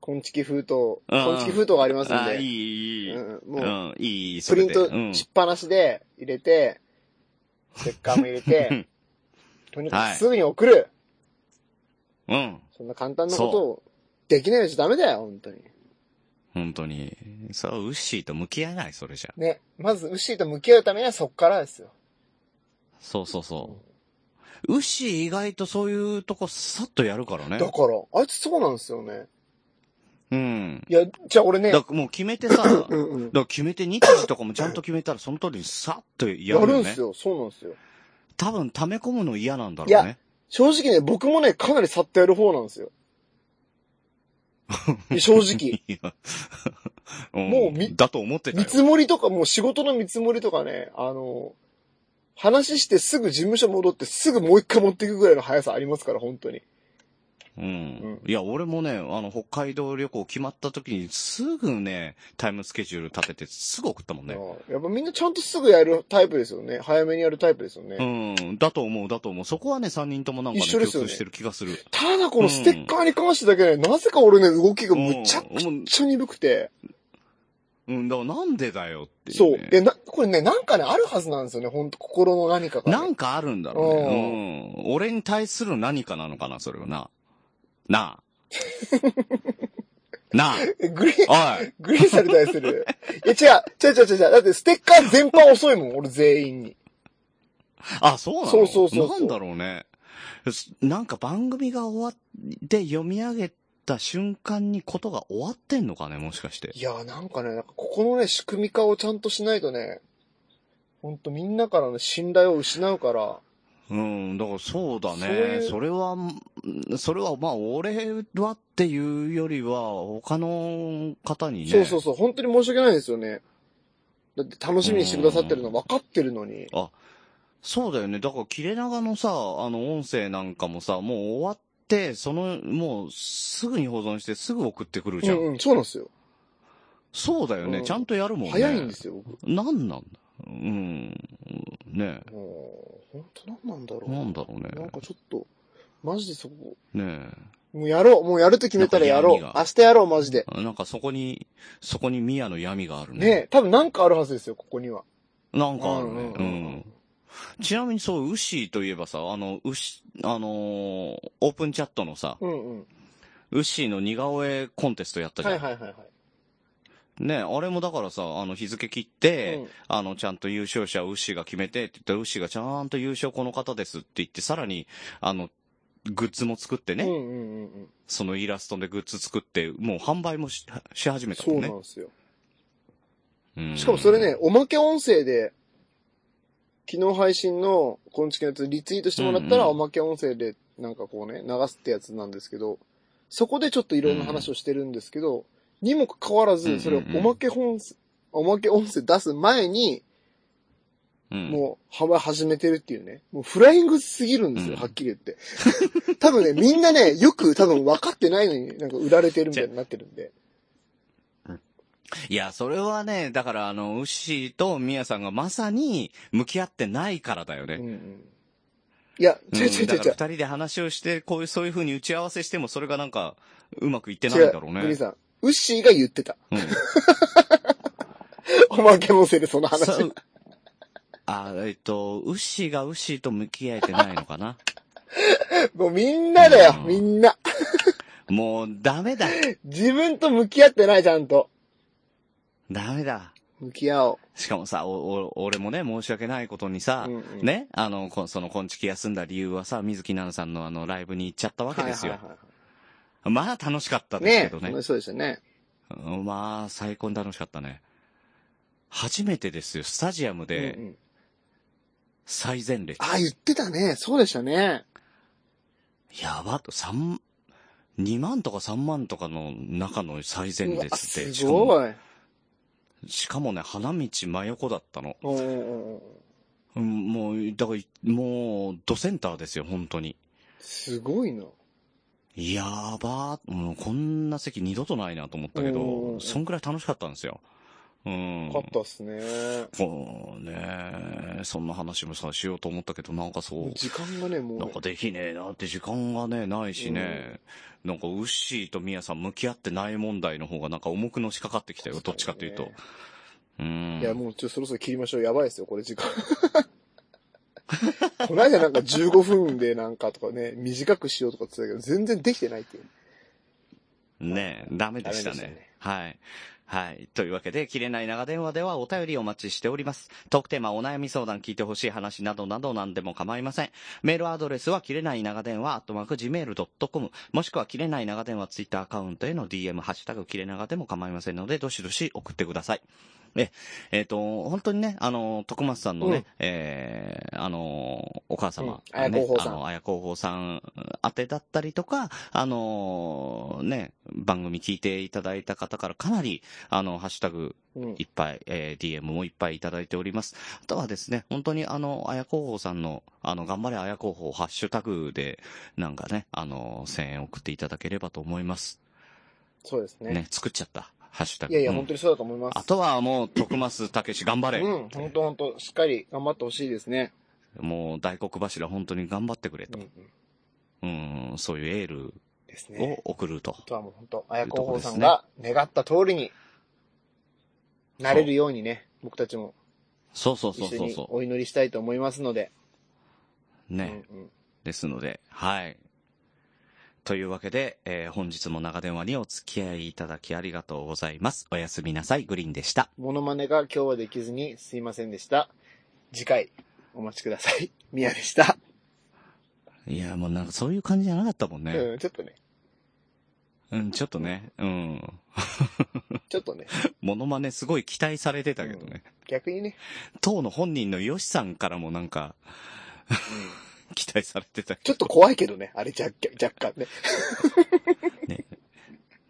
昆虫封筒、うん昆虫封筒がありますんああ、いで、い、いい、いい。ううんうんもん、う、いい、プそリれンで。トうんしっぱなしで入れて、ステッカーも入 れて、とにかはいくすぐに送る、うん。そんな簡単なことをできないやつダメだよ、本当に。本当に。そう、ウッシーと向き合えない、それじゃ。ね。まず、ウッシーと向き合うためにはそっからですよ。そうそうそう。ウッシー意外とそういうとこさっとやるからねだ。から、あいつそうなんですよね。うん。いや、じゃあ俺ねだ、からもう決めてさ、だうかんうん。ら決めて日時とかもちゃんと決めたらその通りにさっとやるやよね。るんすよ、そうなんですよ。多分溜め込むの嫌なんだろういやね。正直ね、僕もね、かなり去ってやる方なん ですよ。いや正直。いや うんもうみだと思ってた見よ。積もりとか、もう仕事の見積もりとかね、あの、話してすぐ事務所戻ってすぐもう一回持っていくぐらいの速さありますから、本当に。うん。いや、俺もね、あの、北海道旅行決まった時にすぐね、タイムスケジュール立ててすぐ送ったもんね。やっぱみんなちゃんとすぐやるタイプですよね。早めにやるタイプですよね。うん。だと思う、だと思う。そこはね、3人ともなんかね、一緒共ですよね通してる気がする。ただこのステッカーに関してだけね、なぜか俺ね、動きがむちゃくうんちゃ鈍くて。うん、だからなんでだよっていうそう。ね、え、な、これね、なんかね、あるはずなんですよね、本当心の何かが、ね。なんかあるんだろうね。うん。俺に対する何かなのかな、それはな。 なあ。なえグリーン、あ。おい。グリーンさんに対する。 いや、違う、違う違う違う。だってステッカー全般遅いもん、俺全員に。あ、そうなのそうそうそうそなうんだろうね。すなんか番組が終わって読み上げた瞬間にことが終わってんのかね、もしかして。いや、なんかね、なんかここのね、仕組み化をちゃんとしないとね、ほんとみんなからの信頼を失うから、うん、だからそうだね。そうそいうれは、うんそれはまあ、俺はっていうよりは、他の方にね。そうそうそう、本当に申し訳ないですよね。だって楽しみにしてくださってるの分かってるのに。そうだよね。だから、切れ長のさ、あの、音声なんかもさ、もう終わって、その、もう、すぐに保存して、すぐ送ってくるうじゃん。んうん、そうなんですよ。そうだよね、うんちゃんとやるもんね。早いんですよ、僕。なんなんだうん。ねもう、本当なんなんだろえ。う。なんだろうなんね。かちょっと、マジでそこ、ねえ。もうやろう。もうやると決めたらやろなんう。明か闇が日やろう、マジで。なんかそこに、そこに宮の闇があるね。ねえ、多分なんかあるはずですよ、ここには。なんかあるね。ううんんうんうんちなみにそう、ウッシーといえばさ、あの、ウッシー、あのーオープンチャットのさ、うんうん。ウッシーの似顔絵コンテストやったじゃはん。いはいはいはい。ね、あれもだからさ、あの、日付切って、うんあの、ちゃんと優勝者ウッシーが決めてって言ったら、ウッシーがちゃんと優勝この方ですって言って、さらに、あの、グッズも作ってね、うんうんうんうん。そのイラストでグッズ作って、もう販売もしし始めたそもうんなねん。ですよ。うんしかもそれね、、おまけ音声で、昨日配信の、こんちきのやつリツイートしてもらったら、うんうおまけ音声で、なんかこうね、流すってやつなんですけど、そこでちょっといろんな話をしてるんですけど、にもかかわらず、それをおまけ本、おまけ音声出す前に、うんもう、幅始めてるっていうね。もうフライングすぎるんですうよ、んはっきり言って。多分ね、みんなね、よく多分分かってないのに、なんか売られてるみたいになってるんで。いや、それはね、だからあの、ウッシーとミヤさんがまさに向き合ってないからだようんね。うん。いや、うん違う違う違だうか違ら二。う人で話をして、こういう、そういう風に打ち合わせしても、それがなんか、うまくいってない違んだろうう、グリーンね。さん。ウッシーが言ってた。うん。おまけのせいでそのそ話。うあ、えっと、ウッシーがウッシーと向き合えてないのかな。もうみんなだよ、うんみんな。もう、ダメだ。自分と向き合ってない、ちゃんと。ダメだ。向き合おう。しかもさ、お、お、俺もね、申し訳ないことにさ、うんうんね、あの、こその、こんちき休んだ理由はさ、水木奈々さんのあの、ライブに行っちゃったわけですよ。はいはいはまあ、楽しかったいですけねどえ、そうでしたね。うんまあ、最高に楽しかったね。初めてですよ、スタジアムうんうでん最前列。あ、言ってたね。そうでしたね。やばっと、三、2万とか3万とかの中の最前う列わって、すしかも、ごい。しかもね、花道真横だったの。おうおうおううんもう、だからい、もう、ドセンターですよ、本当に。すごいな。やばー、もうこんな席二度とないなと思ったけうど、んそんくらい楽しかったんですよ。うん。かったっすね。こうね、そんな話もさ、しようと思ったけど、なんかそう、時間がね、もうね。なんかできねえなって時間がね、ないしね、なんかウッシーとミヤさん向き合ってない問題の方がなんか重くのしかかってきたよ、どっちかというと。うん。いや、もうちょ、っとそろそろ切りましょう。やばいですよ、これ時間。 この間なんか15分でなんかとかね、短くしようとかって言ってたけど、全然できてないっていう。ねえ、ダメでしたね。ダメでしたねはい。はい。というわけで、切れない長電話ではお便りお待ちしております。トークテーマ、お悩み相談、聞いてほしい話などなど何でも構いません。メールアドレスは、切れない長電話、アットマーク、gmail.com、もしくは、切れない長電話、ツイッターアカウントへの DM、ハッシュタグ、切れ長でも構いませんので、どしどし送ってください。え、えっ、と、本当にね、あの、徳松さんのね、うんえーあの、お母様、うん綾候補さんあの、綾候補さん宛てだったりとか、あのーね、番組聞いていただいた方からかなり、あの、ハッシュタグうんい。っぱい、えー DM もいっぱいいただいております。あとはですね、本当にあの、綾候補さんの、あの、頑張れ綾候補ハッシュタグで、なんかね、あの、1000円送っていただければと思います。そうですね。ね、作っちゃった、ハッシュタグ。いやいや、うん本当にそうだと思います。あとはもう、徳松たけし頑張れ。うん、本当本当しっかり頑張ってほしいですね。もう、大黒柱本当に頑張ってくれうとん。うん、うん、そういうエールですをね。送るとあ。とはもう本当、綾候補さんが願った通りになれるようにね、僕たちもそうそうそう一緒そうにそお祈りしたいと思いますので。う。ね。うんうんですので、はい。というわけで、えー本日も長電話にお付き合いいただきありがとうございます。おやすみなさい。グリーンでした。モノマネが今日はできずにすいませんでした。次回お待ちください。 ミヤでした。いや、もうなんかそういう感じじゃなかったもんね。うん、ちょっとね。うん、ちょっとね。うん。ちょっとね。モノマネすごい期待されてたけどね。逆にね。当の本人のヨシさんからもなんか、期待されてたけちょっと怖いけどね。あれ若干、若干ね。ど。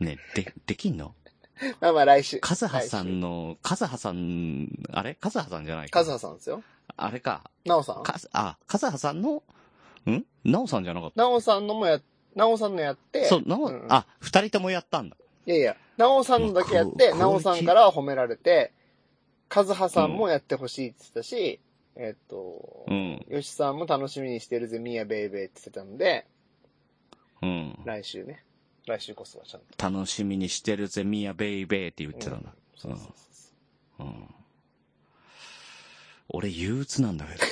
ね、で、できんのまあまあ来週。カズハさ来週。んの、カズハさん、あれカズハさんじゃないかカズハさんですよ。あれか。ナオさん。カズ、あ、カズハさんの、んナオさんじゃなかったナオさんのもや、ナオさんのやって。そう、なお、んあ、二人ともやったんだ。いやいや、なおさんのだけやって、もうなおこさんからは褒められて、カズハさんもやってほしいって言ってたし、えっとう、ん。ヨシさんも楽しみにしてるぜ、ミヤベイベイって言ってたんで、うん。来週ね。来週こそはちゃんと。楽しみにしてるぜ、ミヤベイベーって言ってたんだ。そうそうそうそうん。俺憂鬱なんだ けど。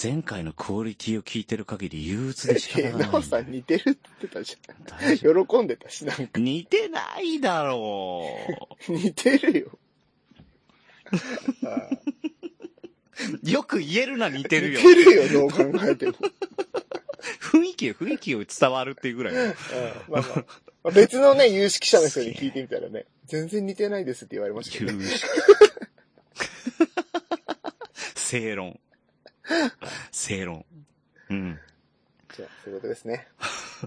前回のクオリティを聞いてる限り憂鬱で仕う。いや、方がないんだよ。 なおさん似てるって言ってたじゃ大丈ん。喜んでた し、なんか。夫似てないだろ似てるよ。あう。あよく言えるな、似て るよ。似てるよ、どう考えても。雰囲気、雰囲気を伝わるっていうぐらいの。うん まあまあまあ、別のね、有識者の人に聞いてみたらね、全然似てないですって言われましたけどね。憂鬱正論。正論。うん。じゃあ、そういうことですね。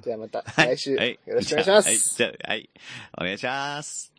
じゃあまたはい来週、はいよろしくお願いします。じゃあはい。じゃあはい。お願いします。